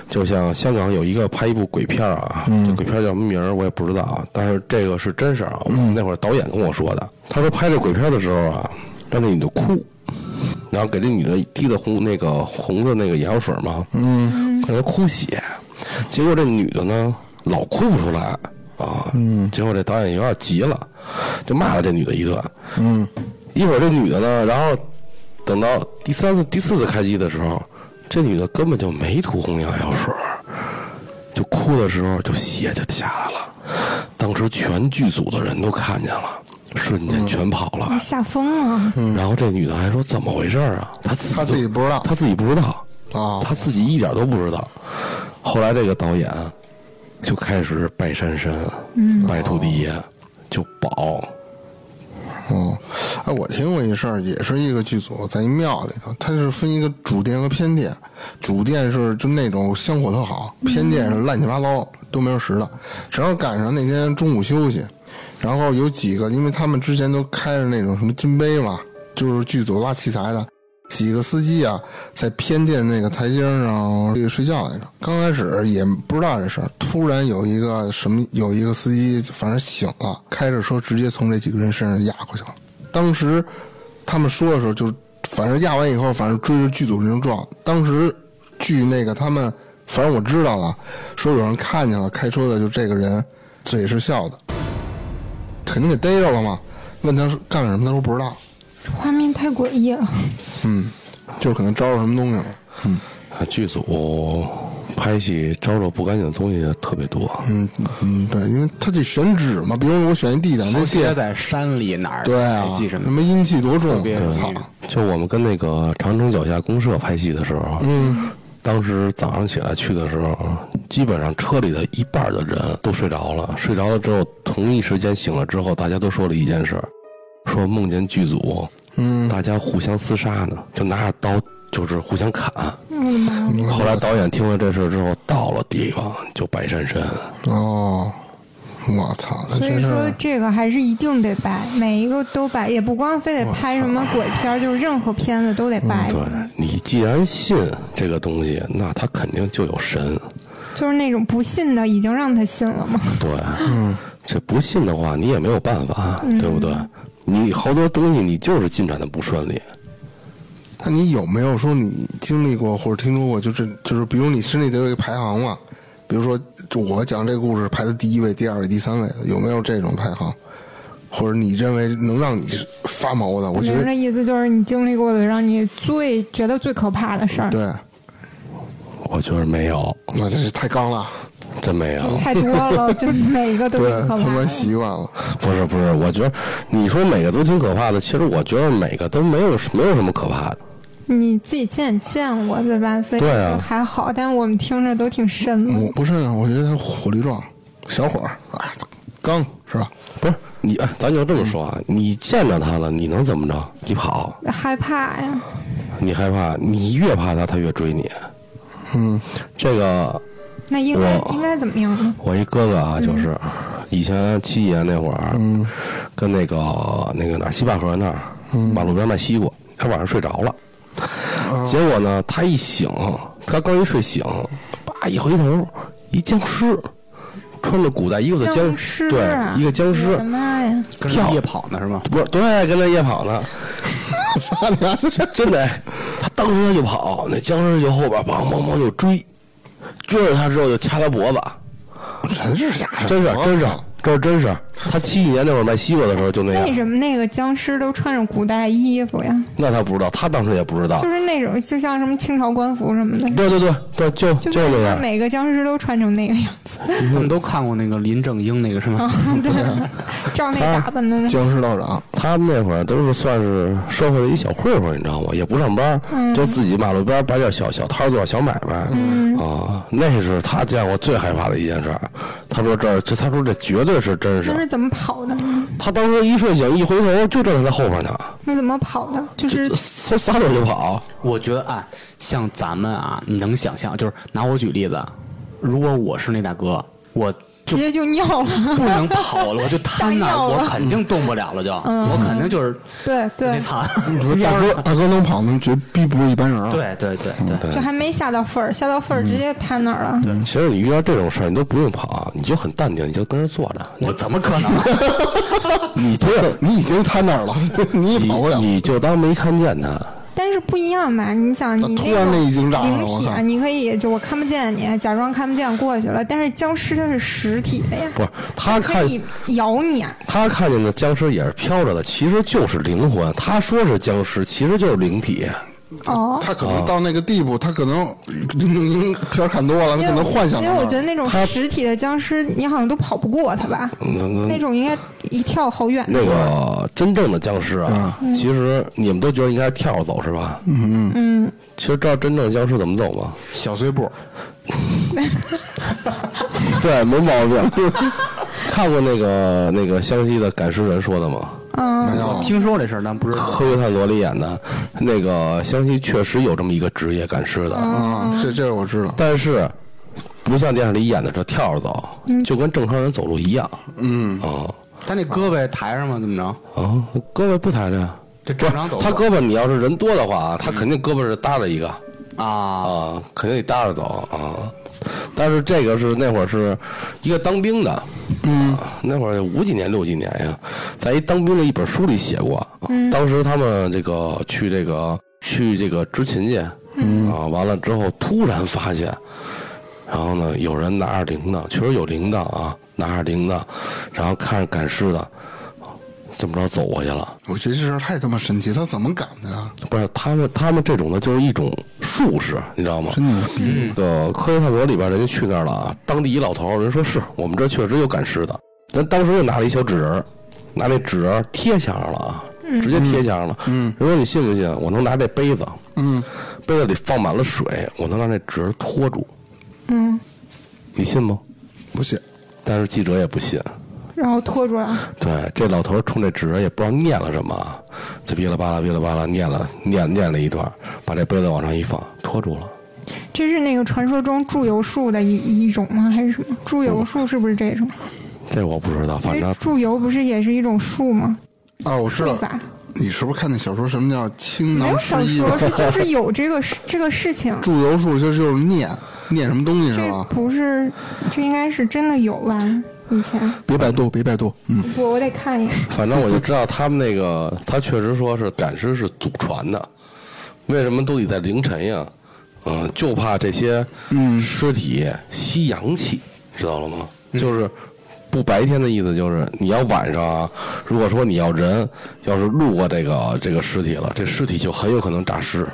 就像香港有一个拍一部鬼片啊，这鬼片叫什么名儿我也不知道啊，但是这个是真事儿啊。我们那会儿导演跟我说的，他说拍这鬼片的时候啊，让那女的哭，然后给这女的滴的红那个红的那个眼药水嘛，嗯，给她哭血，结果这女的呢老哭不出来啊，嗯，结果这导演有点急了，就骂了这女的一顿，嗯，一会儿这女的呢，然后等到第三次、第四次开机的时候，这女的根本就没涂红眼药水儿，就哭的时候就血就下来了，当时全剧组的人都看见了，瞬间全跑了。
哎吓疯了。
然后这女的还说怎么回事儿啊？她自
他自己
都
不知 道
她自己不知道，哦
啊。
她自己一点都不知道。后来这个导演就开始拜山神，拜土地爷，就保。
哦，哎，我听过一事儿，也是一个剧组在一庙里头，它是分一个主殿和偏殿，主殿是就那种香火特好，偏殿是乱七八糟都没有实的。正好赶上那天中午休息，然后有几个，因为他们之前都开着那种什么金杯嘛，就是剧组拉器材的，几个司机啊，在偏见那个台阶上这个睡觉来着。刚开始也不知道这事儿，突然有一个什么，有一个司机反正醒了，开着车直接从这几个人身上压过去了。当时他们说的时候就，反正压完以后，反正追着剧组人撞。当时据那个他们，反正我知道了，说有人看见了开车的，就这个人嘴是笑的，肯定给逮着了嘛。问他是干什么，他说不知道。
画面太诡异了。
就是可能招着什么东西了。
啊，剧组拍戏招惹不干净的东西特别多，
嗯嗯，对，因为他得选址嘛，比如我选一地点，这
尤其
地
是在山里哪儿
对啊，
拍戏
什
什么的，
么阴气多
特
重
别，
操
容，易
就我们跟那个长城脚下公社拍戏的时候，嗯，当时早上起来去的时候，基本上车里的一半的人都睡着了，睡着了之后，同一时间醒了之后，大家都说了一件事儿，说梦见剧组
嗯，
大家互相厮杀呢，就拿着刀就是互相砍。
我的妈！
后来导演听了这事儿之后，到了地方就拜山神，
哦，我操，那
嗯
所以
真
说
是
这个还是一定得掰，每一个都掰，也不光非得拍什么鬼片儿，就是任何片子都得掰。
嗯对你既然信这个东西，那他肯定就有神。
就是那种不信的，已经让他信了嘛。
对，嗯，这不信的话，你也没有办法，对不对？你好多东西你就是进展的不顺利，
那你有没有说你经历过或者听说过，就是就是，比如你心里得有一个排行嘛？比如说，就我讲这个故事排的第一位、第二位、第三位的，有没有这种排行？或者你认为能让你发毛的？我觉
您
得
的意思就是你经历过的，让你最觉得最可怕的事儿，
对，
我觉得没有，
我这是太刚了，
真没有。
太多 了，就每一个都挺
对，
可
他
怕
妈
的。
习惯了。
不是不是，我觉得你说每个都挺可怕的，其实我觉得每个都没有没有什么可怕的。
你自己亲眼见过对吧？所以
对啊嗯
就还好，但我们听着都挺瘆的。
我不是啊，我觉得他火力壮，小伙儿，哎，刚是吧？
不是你，哎，咱就这么说啊，你见着他了，你能怎么着？你跑，
害怕呀，
你害怕，你越怕他，他越追你。
嗯，
这个
那应该
我
应该怎么样呢？
我一哥哥啊，就是
嗯
以前七爷那会儿，跟那个那个哪儿西坝河那儿，
嗯
马路边卖西瓜，他晚上睡着了，
啊
结果呢，他一醒，他刚一睡醒，叭一回头，一僵尸，穿着古代衣服的僵
僵尸啊
对，一个僵
我
尸
的，妈呀！
跟着夜跑呢是吗？
不是对，跟那夜跑呢， 真的，他当时他就跑，那僵尸就后边梆梆梆就追，追着他之后就掐他脖子。
真是假的，
真是真是，这是真是。他七几年那会儿卖西瓜的时候就那
为
样，
什么那个僵尸都穿着古代衣服呀？
那他不知道，他当时也不知道
就。是那种就像什么清朝官服什么的，
对对对对，就
就
就那
是
样。
每个僵尸都穿成那个样子，
他们都看过那个林正英那个是吗？
照那打扮的那。
僵尸道长，
他们那会儿都是算是社会的一小混混，你知道吗？也不上班，
嗯
就自己马路边摆点小小摊儿做小买卖。
嗯
啊，那是他见过最害怕的一件事儿。他说这儿这，他说这绝对是真
那
事。
是怎么跑的呢？
他当时一睡醒，一回头就站在他后边呢，
那怎么跑的？就是
就撒撒腿就跑。
我觉得啊，像咱们啊，你能想象，就是拿我举例子，啊如果我是那大哥，我
直
就
接就尿了。
不能跑了，我就瘫那
吓
儿，
尿了
我肯定动不了了就，我肯定就是
对对
没，惨。
嗯
你说大哥大哥能跑，那绝逼不是一般人啊。，
对对对
嗯
对，
就还没下到份儿，下到份儿直接瘫那儿了。
其实你遇到这种事儿，你都不用跑，啊你就很淡定，你就跟那儿坐 着，
我怎么可能？
你这你已经瘫那 儿了，你也
你
跑不了。
你就当没看见他。
但是不一样吧？你想，你
突然那一惊炸
种
了
灵
我
体啊，
操
你可以就我看不见你，假装看不见过去了。但是僵尸它是实体的呀，
不是他
可
看
以咬你啊。
他看见的僵尸也是飘着的，其实就是灵魂。他说是僵尸，其实就是灵体。
哦，
他可能到那个地步，他可 能林正英片儿看多了，他
因
可
为
能幻想到
因
那
为
儿
我觉得那种
他嗯
实体的僵尸，你好像都跑不过它吧？那种应该一跳好远。
那个真正的僵尸啊，其实你们都觉得应该是跳着走是吧？嗯嗯。其实知道真正的僵尸怎么走吗？
小碎步，
对，没毛病。 看过那个那个湘西的赶尸人说的吗？
嗯
没有
嗯
我听说这事儿，但不知道。
科约探罗里演的，那个湘西确实有这么一个职业赶尸的。
嗯
啊，这这我知道。
但是不像电视里演的这跳着走，就跟正常人走路一样。嗯啊
他那胳膊抬上吗？怎么着？
啊，胳膊不抬着呀，
就正常走路
他胳膊你要是人多的话啊，他肯定胳膊是搭着一个
啊
啊，肯定得搭着走啊。但是这个是那会儿是一个当兵的，嗯，那会儿五几年六几年呀，在一当兵的一本书里写过，嗯、当时他们这个去这个去这个执勤去，嗯啊，完了之后突然发现，然后呢，有人拿着铃铛，确实有铃铛啊，拿着铃铛，然后看着赶尸的，这么着走过去了。
我觉得这事儿太他妈神奇，他怎么敢的啊呀？
不是他们，他们这种的就是一种术士，你知道吗？
真牛逼！
那个科学探索里边，人家去那儿了啊，当地一老头儿人说是我们这儿确实有赶尸的，咱当时就拿了一小纸人儿，拿那纸人儿贴墙上了啊，直接贴墙上了。嗯，人说你信不信？我能拿这杯子，
嗯，
杯子里放满了水，我能让这纸人托住。
嗯，
你信吗？
不信，
但是记者也不信。
然后拖住了，
对，这老头儿冲这纸人也不知道念了什么啊，就噼里啪啦噼里啪啦念了念念了一段，把这杯子往上一放，托住了。
这是那个传说中祝由术的一一种吗？还是什么？祝由术是不是这种？
这我不知道，反
因为
正
祝由不是也是一种术吗？
啊，我知
术
道。
法
你是不是看那小说？什么叫倾
没
囊啊
有
失
小
意？
说，这就是有这个事这个事情。
祝由术就是就是念念什么东西是
这
吧？
不是，这应该是真的有吧？以前
别百度，别百度。嗯，
我我得看一眼。
反正我就知道他们那个，他确实说是赶尸是祖传的，为什么都得在凌晨呀？嗯、就怕这些尸体吸阳气，知道了吗？就是不白天的意思，就是你要晚上啊，如果说你要人要是路过这个这个尸体了，这尸体就很有可能诈尸。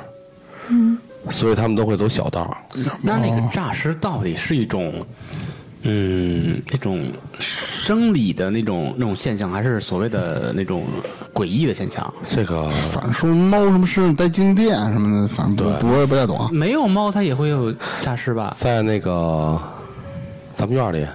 嗯，所以他们都会走小道儿。
那那个诈尸到底是一种，嗯，那种生理的那种那种现象，还是所谓的那种诡异的现象？
这个
反正说猫什么身上带静电啊什么的，反正不不我也不太懂啊。
没有猫，它也会有诈尸吧？
在那个咱们院儿里，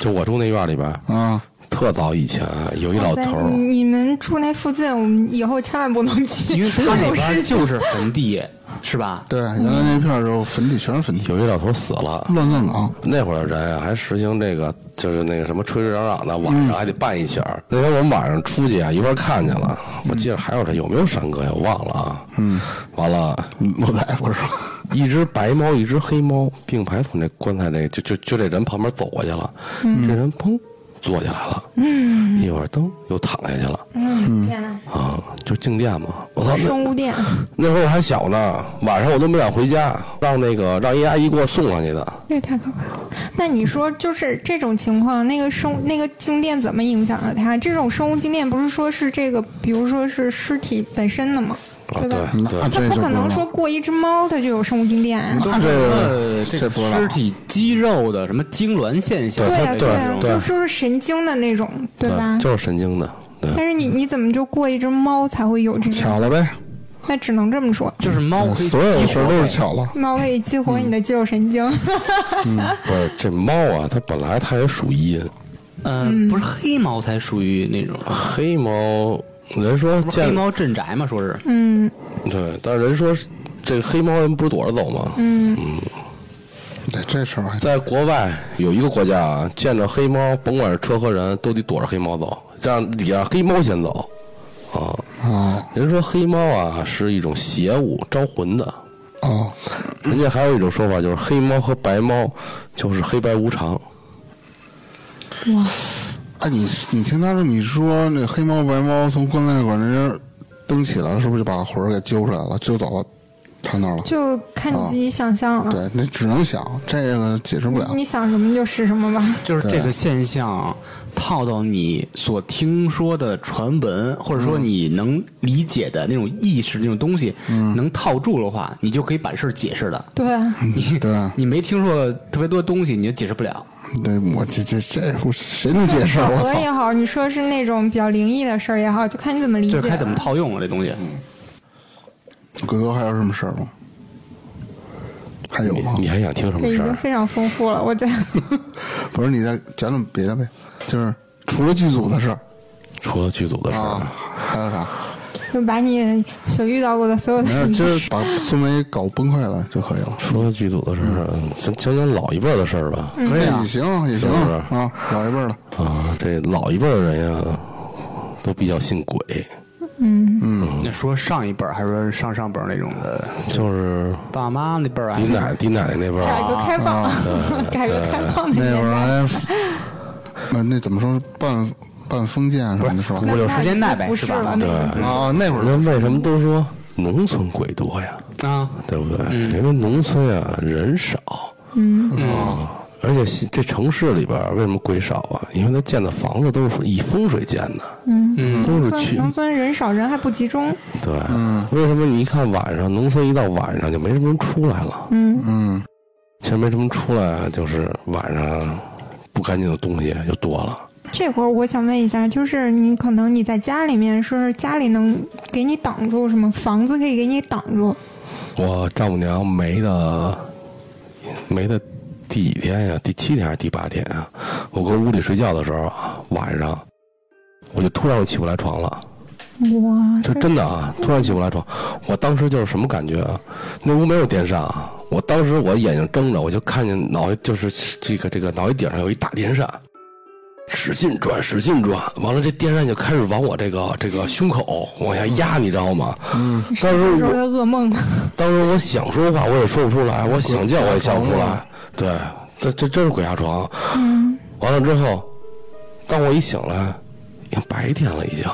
就我住那院儿里边儿，
啊，
特早以前有一老
在
头儿。啊
你你们住那附近，我们以后千万不能去，
因为它那
有
边
尸体。
就是坟地，是吧？
对，原来那片儿就坟地全是坟地，
有一老头死了。
乱葬岗。
那会儿人啊，还实行这个，就是那个什么吹吹嚷嚷的，晚上还得办一下儿。那天我们晚上出去啊，一块儿看见了，我记得还有这有没有山哥呀？我忘了啊。嗯，完了，
老大夫说，
一只白猫，一只黑猫并排从这棺材这就就就这人旁边走过去了，这人砰坐起来了，嗯，一会儿噔又躺下去了，
嗯，天哪，
啊，就静电嘛。我操，那
生物电，
那会儿我还小呢，晚上我都没敢回家，让那个让一阿姨给我送上去的。
这太可怕了。那你说，就是这种情况，那个生那个静电怎么影响了它？这种生物静电不是说是这个，比如说是尸体本身的吗？
啊，
对吧
对对
那，这
不
就
可
知道
能说过一只猫它就有生物静电啊。
都
那
是
这个
呃这
这
个
不知道
尸体肌肉的什么痉挛现象，
对呀、
对
对呀、
对
就就是神经的那种，对吧？
就是神经的，对。
但是你你怎么就过一只猫才会有这种？
巧了呗，
那只能这么说，
就是猫可以
嗯所有
激
的事儿
活
都是
呗
巧了。
猫可以激活你的肌肉神经。
不是这猫啊，它本来它也属阴，
嗯，不是黑猫才属于那种，
啊
黑猫人说
不是黑
见
猫镇宅嘛，说是
嗯，
对，但是人说是这黑猫人不是躲着走吗？
嗯
对，这事儿还
在国外有一个国家啊，见着黑猫，甭管是车和人，都得躲着黑猫走，让得让黑猫先走啊。
哦
人说黑猫啊是一种邪物，招魂的。
哦，
人家还有一种说法，就是黑猫和白猫就是黑白无常。
哎，你你听他说，你说那黑猫白猫从棺材馆那人蹬起来了，是不是就把魂儿给揪出来了，揪走了，躺那儿了？
就看你自己想象了。
对，那只能想，这个解释不了。
你想什么就是什么吧。
就是这个现象套到你所听说的传闻，或者
嗯
说你能理解的那种意识那种东西，
嗯
能套住的话，你就可以把事儿解释了。
对，啊
你对嗯
你没听说特别多东西，你就解释不了。
对，我这这这我谁能解释？我
巧合也
操！
好，你说是那种比较灵异的事儿也好，就看你怎么理解
就
了。
是该怎么套用啊了这东西。
嗯鬼哥还有什么事儿吗？还有吗
你？你还想听什
这
么
已
事
经
儿？啊
非常丰富了，我觉得。
不是，你再讲讲别的呗，就是除了剧组的事儿
除了剧组的事儿
啊，，还有啥？
就把你所遇到过的所有
没
的
事，今儿把孙梅搞崩溃了就可以了。
除了剧组的事儿，
嗯
嗯咱讲讲老一辈儿的事儿吧。
嗯
可以，啊也行，也行啊
是不是
啊，老一辈儿的。
啊，这老一辈儿的人呀，都比较信鬼。
那说上一辈儿还是说上上辈儿那种的，
就是
爸妈那辈儿啊
你奶你奶奶那边
改
儿，啊
革开放， 改革开放
那会
年
儿
代。
还， 那那怎么说半半封建什么的是吧？
五六十年代
那
呗，
不
是
是
吧
了？
那
那
种
个
啊，那会儿
那为什么都说农村鬼多呀？
啊，
对不对？
嗯
因为农村啊人少，嗯啊，而且西这城市里边儿为什么鬼少啊？因为他建的房子都是以风水建的，嗯，都是
村
去
农村人少，人还不集中，嗯
对，为什么你一看晚上农村一到晚上就没什么人出来了？
嗯
嗯
其实没什么出来啊，就是晚上不干净的东西就多了。
这会儿我想问一下，就是你可能你在家里面，说是家里能给你挡住什么？房子可以给你挡住，
我丈母娘没的没的第几天呀、第七天还是第八天啊？我搁屋里睡觉的时候啊，晚上我就突然我起不来床了。
哇，
就真的啊，突然起不来床，我当时就是什么感觉啊？那屋没有电扇啊，我当时我眼睛睁着，我就看见脑就是这个这个脑袋顶上有一大电扇，使劲转，使劲转，完了这电扇就开始往我这个这个胸口往下压，你知道吗？嗯，当时
时候
我
的噩梦，
当时我想说话我也说不出来，我想叫我也叫不出来，对，这这这是鬼压床。
嗯，
完了之后，当我一醒来，已经白天了，已经。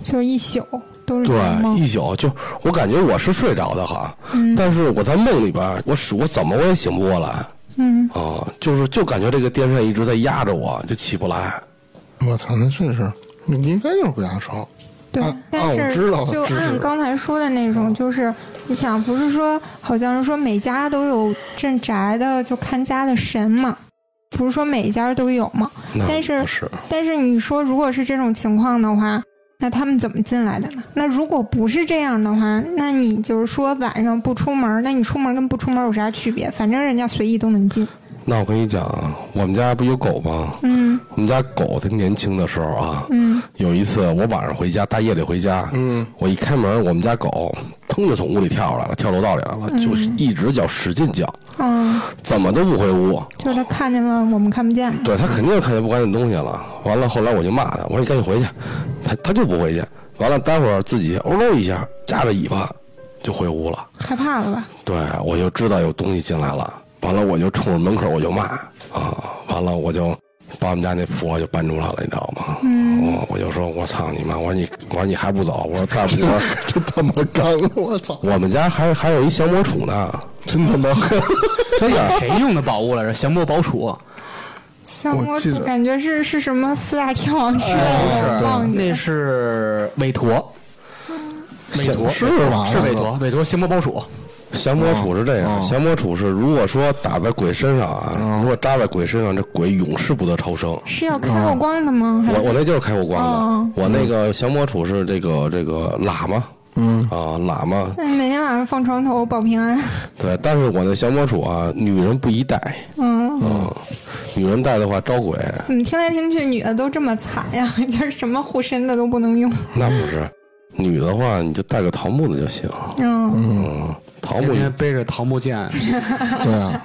就是一宿都是这种
对，
梦
一，宿就我感觉我是睡着的哈，
嗯
但是我在梦里边儿，我使我怎么我也醒不过来啊、
嗯，
就是就感觉这个电扇一直在压着我，就起不来。
我操，那真是，那应该就是鬼压床。
对
啊，啊
但
我
是
知道了啊
就
知识
按刚才说的那种，就是你想，不是说好像是说每家都有镇宅的，就看家的神嘛，不是说每家都有嘛。
那
但是
不是，
但是你说如果是这种情况的话，那他们怎么进来的呢？那如果不是这样的话，那你就是说晚上不出门，那你出门跟不出门有啥区别？反正人家随意都能进。
那我跟你讲啊，我们家不有狗吗？
嗯
我们家狗它年轻的时候啊，
嗯，
有一次我晚上回家，大夜里回家，
嗯，
我一开门，我们家狗腾就从屋里跳出来了，跳楼道里来了，就是一直叫，使劲叫，
嗯，
怎么都不回屋。
就是他看见了，我们看不见。
对他肯定是看见不干净东西了。完了，后来我就骂他，我说你赶紧回去，他他就不回去。完了，待会儿自己哦喽一下，夹着尾巴就回屋了。
害怕了吧？
对我就知道有东西进来了。完了，我就冲着门口我就骂啊！完了，我就把我们家那佛就搬出来了，你知道吗？嗯，我我就说，我操你妈！我说你，我说你还不走！我 说再不，我说
真他妈干！我操，
我们家还还有一降魔杵呢。
真他 妈干！
所以啊谁用的宝物来着？降魔宝杵
像
我
我
记得
感觉是是什么四大天王之类
哎啊
的，忘记
那
了。
是韦陀，韦陀
是吧
是韦陀，韦陀降魔宝杵。
降魔杵是这样，降魔杵是如果说打在鬼身上啊，如果扎在鬼身上，这鬼永世不得超生。
是要开过光的吗？还
我
是
我那就是开过光
哦
的，我那个降魔杵是这个这个喇嘛，嗯啊喇嘛，
那你每天晚上放床头保平安。
对，但是我那降魔杵啊，女人不宜戴，
嗯，
嗯，女人戴的话招鬼，
怎么听来听去女的都这么惨呀？ 就是什么护身的都不能用。
那不是，女的话你就戴个桃木的就行，
嗯，
嗯，桃木
天天背着桃木剑，
对啊，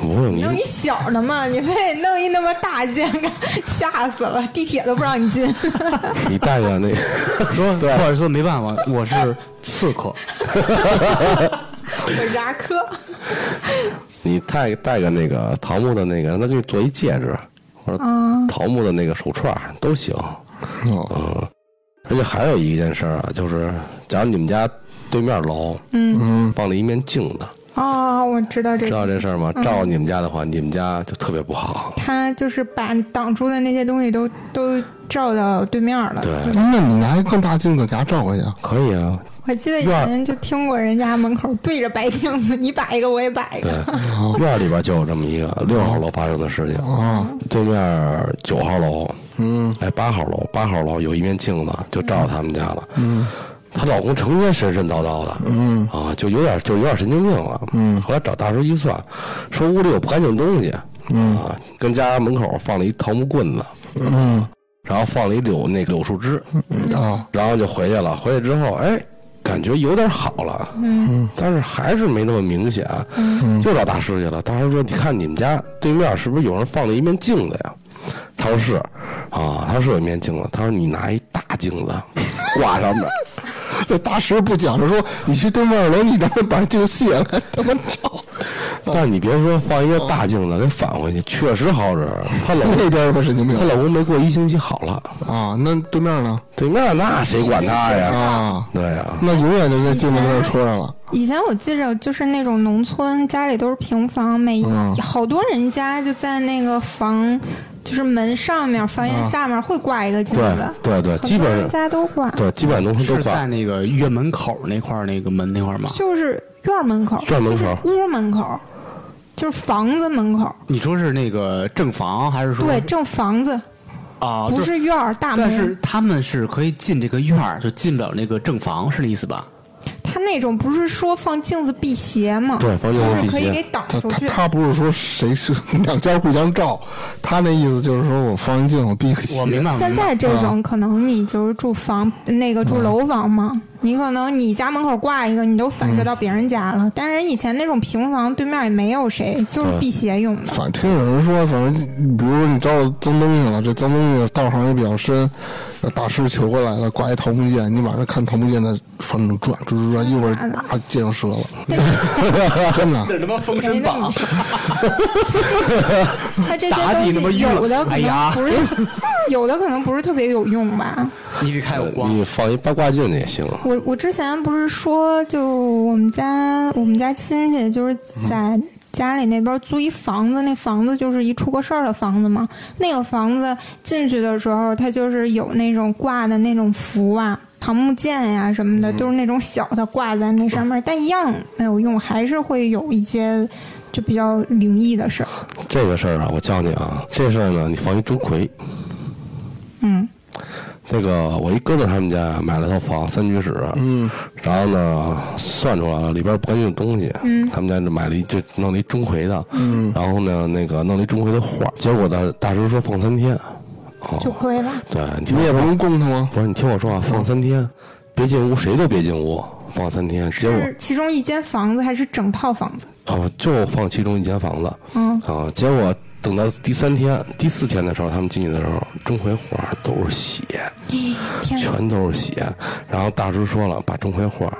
不是你
弄一小的嘛，你非得弄一那么大件， 吓死了，地铁都不让你进。
你戴个那，
说不好意思，没办法，我是刺 客。
我牙科，
你戴戴个那个桃木的那个，让他给你做一戒指，或者桃木的那个手串儿都行，
哦
嗯，而且还有一件事儿啊，就是假如你们家对面楼
嗯，
嗯，
放了一面镜子。
哦，我知道这
知道
个，
这事儿吗？照你们家的话，你们家就特别不好。
他就是把挡住的那些东西都都照到对面了。
对，
那你拿一更大镜子给他照过去啊？
可以啊，
我记得以前就听过人家门口对着白镜子，你摆一个我也摆一
对
个。，
院儿里边就有这么一个六号楼发生的事情，
啊，
对面九号楼，
嗯，
哎，八号楼，八号楼有一面镜子，就照着他们家了。嗯，她老公成天神神叨叨的，嗯啊，就有点就有点神经病了。嗯，后来找大师一算，说屋里有不干净东西，嗯啊，跟家门口放了一桃木棍子，
嗯
然后放了一柳那柳树枝，
啊，
然后就回去了。回去之后，哎，感觉有点好了，嗯，但是还是没那么明显。嗯，又找大师去了。大师说：“你看你们家对面是不是有人放了一面 镜子呀？”他说：“是。”啊，他说有一面镜子。他说：“你拿一大镜子，
挂上面。这大师不讲究，说你去对面二楼，你让人把镜卸了， 他妈操！
但是你别说放一个大镜子给返回去，确实好使。她老
那
公
边不是神经病
她老公没过一星期好了，
啊，那对面呢？
对面那谁管她呀？
啊，
对呀，
那永远就在镜子那儿戳上了。
以前我记着，就是那种农村家里都是平房，每、
嗯
好多人家就在那个房，就是门上面、房檐下面会挂一个镜子，
嗯对对对
嗯很多
基本上
人家都挂，
对，基本上农村
是
都
在
管。
那个院门口那块儿那个门那块儿吗？
就是院门口、
院门口
就是屋门口，就是房子门口，
你说是那个正房还是说
对，正房子，
啊？
不
就是
院儿大门。
但是他们是可以进这个院儿，就进不了那个正房，是那意思吧？
他那种不是说放镜子辟邪吗？
对放镜子
就是
辟
可以
邪
给挡
他
出
他
去。
他不是说谁是 两家互相照，他那意思就是说我放一镜，我避个邪
我明白，我
现
明白。
在这种可能你就是住房那个住楼房嘛，
嗯
你可能你家门口挂一个，你都反射到别人家
嗯
了。但是以前那种平房对面也没有谁，就是辟邪用的。
反听有人说，反正比如说你找我脏东西了，这脏东西道行也比较深，大师求过来了，挂一桃木剑，你晚上看桃木剑在房顶转转转，一会儿啊见着蛇 了， 真的。
这他妈封
没那么， 他这些
妲己那么
东西
晕了
有的可
哎
能
呀
不是， 有的可能不是特别有用吧。
你得看有光
呃你放一八卦镜也行，
我我之前不是说，就我们家我们家亲戚就是
嗯
在家里那边租一房子，那房子就是一出过事儿的房子嘛。那个房子进去的时候，它就是有那种挂的那种符啊。桃木剑呀、什
嗯
么的，都是那种小的挂在那上面，但一样没有用，还是会有一些就比较灵异的事儿。
这个事儿啊，我教你啊，这事儿呢，你放一钟馗。
嗯，
那个我一哥们儿他们家买了套房，三居室，嗯，然后呢算出来了里边儿不干净的东西，嗯，他们家就买了一就弄了一钟馗的，嗯，然后呢那个弄了一钟馗的画儿，结果呢大师说放三天，哦，
就亏了。
对，你听
你也不能供他吗？
不是你听我说啊，放三天，别进屋，谁都别进屋，放三天，结果
是其中一间房子还是整套房子？
哦，就放其中一间房子，
嗯，
啊，结果等到第三天、第四天的时候，他们进去的时候，钟馗画儿都是血，
哎天哪！
全都是血。然后大师说了，把钟馗画儿，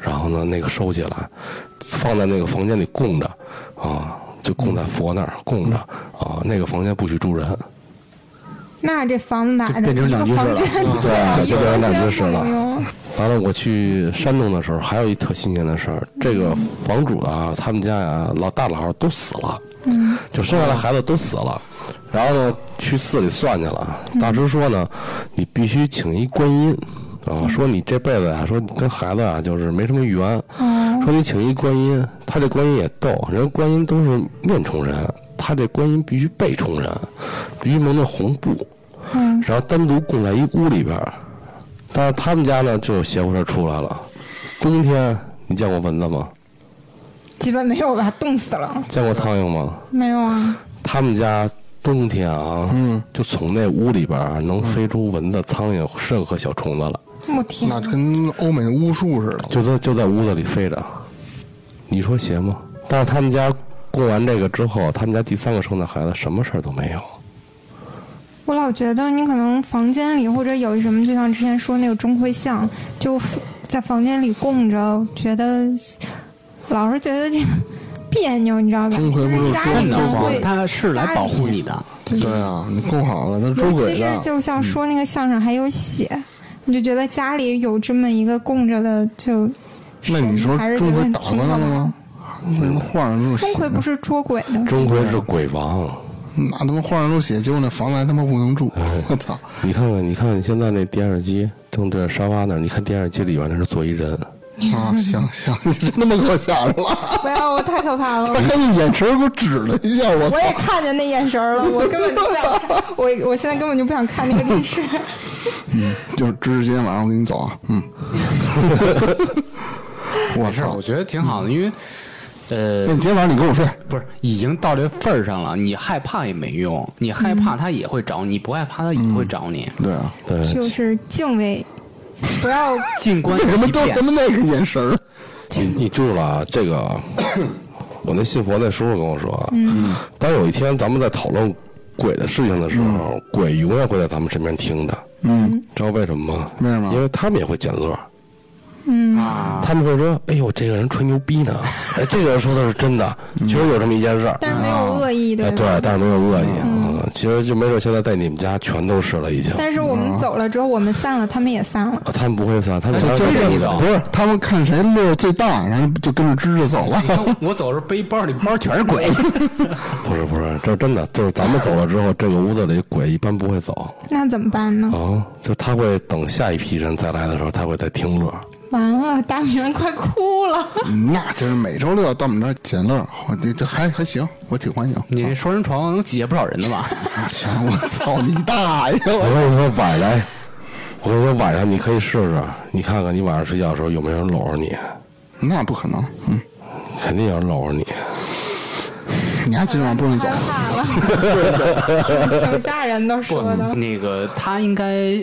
然后呢那个收起来，放在那个房间里供着，啊，就供在佛那儿供着，啊，那个房间不许住人。
那这房子买的
就变成
一
两
个
居室
房
了
间， 啊
对，就变成两居室了
一个房间不能用。
完了，我去山东的时候，还有一特新鲜的事儿，这个房主啊，他们家呀，老大老二都死了，嗯，就生下来孩子都死了，然后呢，去寺里算去了，大师说呢，你必须请一观音。啊，说你这辈子呀、说你跟孩子啊，就是没什么缘。说你请一观音，他这观音也逗，人观音都是面冲人，他这观音必须背冲人，必须蒙着红布，嗯，然后单独供在一屋里边儿，但是他们家呢就有邪乎事儿出来了。冬天你见过蚊子吗？
基本没有吧，冻死了。
见过苍蝇吗？
没有啊，
他们家冬天啊，嗯，就从那屋里边儿能飞出蚊子、苍蝇、任何小虫子了，
我天，
那跟欧美巫术似的。
就在就在屋子里飞着。你说邪吗？但是他们家过完这个之后，他们家第三个生的孩子什么事儿都没有。
我老觉得你可能房间里或者有一什么，就像之前说那个钟馗像，就在房间里供着，觉得老是觉得这个别扭，你知道吧？
钟馗不是
就是家里
说
面
的
会，
啊他是来保护你的。
对啊，你供好了，他捉
尤其
鬼
是
的。
就像说那个相声还有血，你就觉得家里有这么一个供着的，就
那你说
还是觉
钟
得
馗
挺
打
可
过他了
怕的
吗？？为什么画上都是
钟
血
馗不
呢？
是捉鬼的吗，
钟馗是鬼王，
那他妈画上都是血，结果那房子还他妈不能
哎
住！我操！
你看看，你看看现在那电视机正对着沙发那儿，你看电视机里边那是坐一人，
啊，行行，你真他妈给我吓着了！
不哎要，我太可怕了
哎
他。还用眼神给我指了一下，我
我
操！
也看见那眼神儿了， 我根本就不想看，我 我现在根本就不想看那个电视。
就是芝芝，今天晚上我跟你走啊，嗯。我
是，
操
我！觉得挺好的，因为呃
那，你今天晚上你跟我睡，
不是已经到这份儿上了，你害怕也没用，你害怕他也会找你，不害怕他也会找你。
对啊，
对，
就是敬畏，不要
静观
为什么
其
都
变
他，妈那个眼神儿？
你你记住了啊，这个我那信佛那叔叔跟我说，嗯，当有一天咱们在讨论鬼的事情的时候，鬼永远会在咱们身边听着，
嗯，
知道为什么吗？
为什么
因为他们也会捡乐儿，
嗯
啊，
他们会说：“哎呦，这个人吹牛逼 呢，哎，这个人说的是真的，
嗯
确实有这么一件事儿。”
但是没有恶意，
哎，
对
对
吧？，
但是没有恶意啊。其实就没准现在在你们家全都是了，已经。
但是我们走了之后，我们散了，他们也散了。
啊他们不会撒，他们
就
还
就
会
追着你走
不是啊他们看谁乐儿最大，然后就跟着支着走了
你。看 我走的时候背包里包全是鬼，
不是不是，这真的就是咱们走了之后，这个屋子里鬼一般不会走
那怎么办呢？
啊，就他会等下一批人再来的时候，他会再听乐。
完了，大明快哭 了。
嗯那就是每周六到我们这儿捡乐儿，我这这还还行，我挺欢迎。
你这双人床能挤下不少人的 吧？
啊行，我操你大爷！
我跟你说晚上，我跟你说晚上你可以试试，你看看你晚上睡觉的时候有没有人搂着你，
那不可能，嗯，
肯定有人搂着你。
你还今晚不容易走
害。怕 了，挺吓人的哎
不
说的，。
那个他应该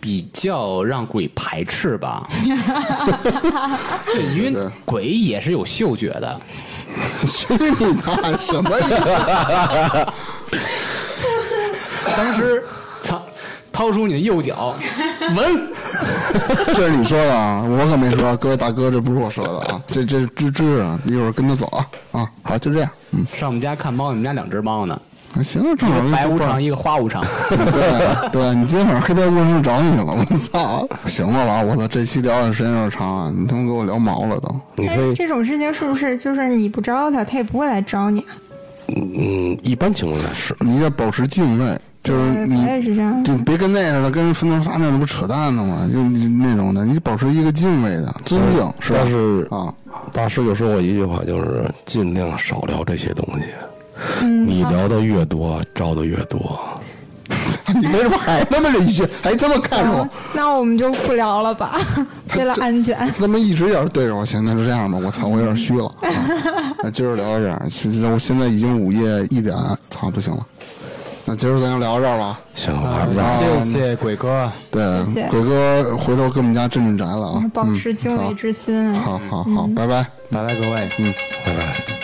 比较让鬼排斥吧？对，因为鬼也是有嗅觉的。
去你大爷什么呀？
当时，操，掏出你的右脚，闻，
这是你说的啊，我可没说啊。各位大哥，这不是我说的啊，这这是芝芝啊，一会儿跟他走啊啊。好，就这样，嗯，
上我们家看猫，你们家两只猫呢，
行，正好
白无
就
常一个花无 常。
对对，你今天晚上黑白无常找你去了，我操！行了吧，我操，这期聊的时间有点长啊，你他妈给我聊毛了都。
你
但
可
是
以，
哎这种事情是不是就是你不招他，他也不会来招你啊？
嗯，一般情况下是。
你要保持敬畏，就是
对
你
我也是这样
就别跟那似的，跟人分头撒尿那不扯淡呢吗？就那种的，你保持一个敬畏的尊敬，是吧？
但是
啊，
大师就说过一句话，就是尽量少聊这些东西。你聊的越多，招的越多。
你为什么还他妈这一句，还他妈看着我
嗯？那我们就不聊了吧， 为了安全。
他妈一直要是对着我，行，那就这样吧。我操，我有点虚了。 啊、那今儿聊到这儿，现在我现在已经午夜一点，操，不行了。那今儿咱就聊到这儿吧。
行，我还不
谢谢鬼哥，
对，
谢嗯谢
鬼哥回头跟我们家镇镇宅了啊。
保持敬畏之心啊。
好好好，拜拜。
拜拜各位。
拜拜。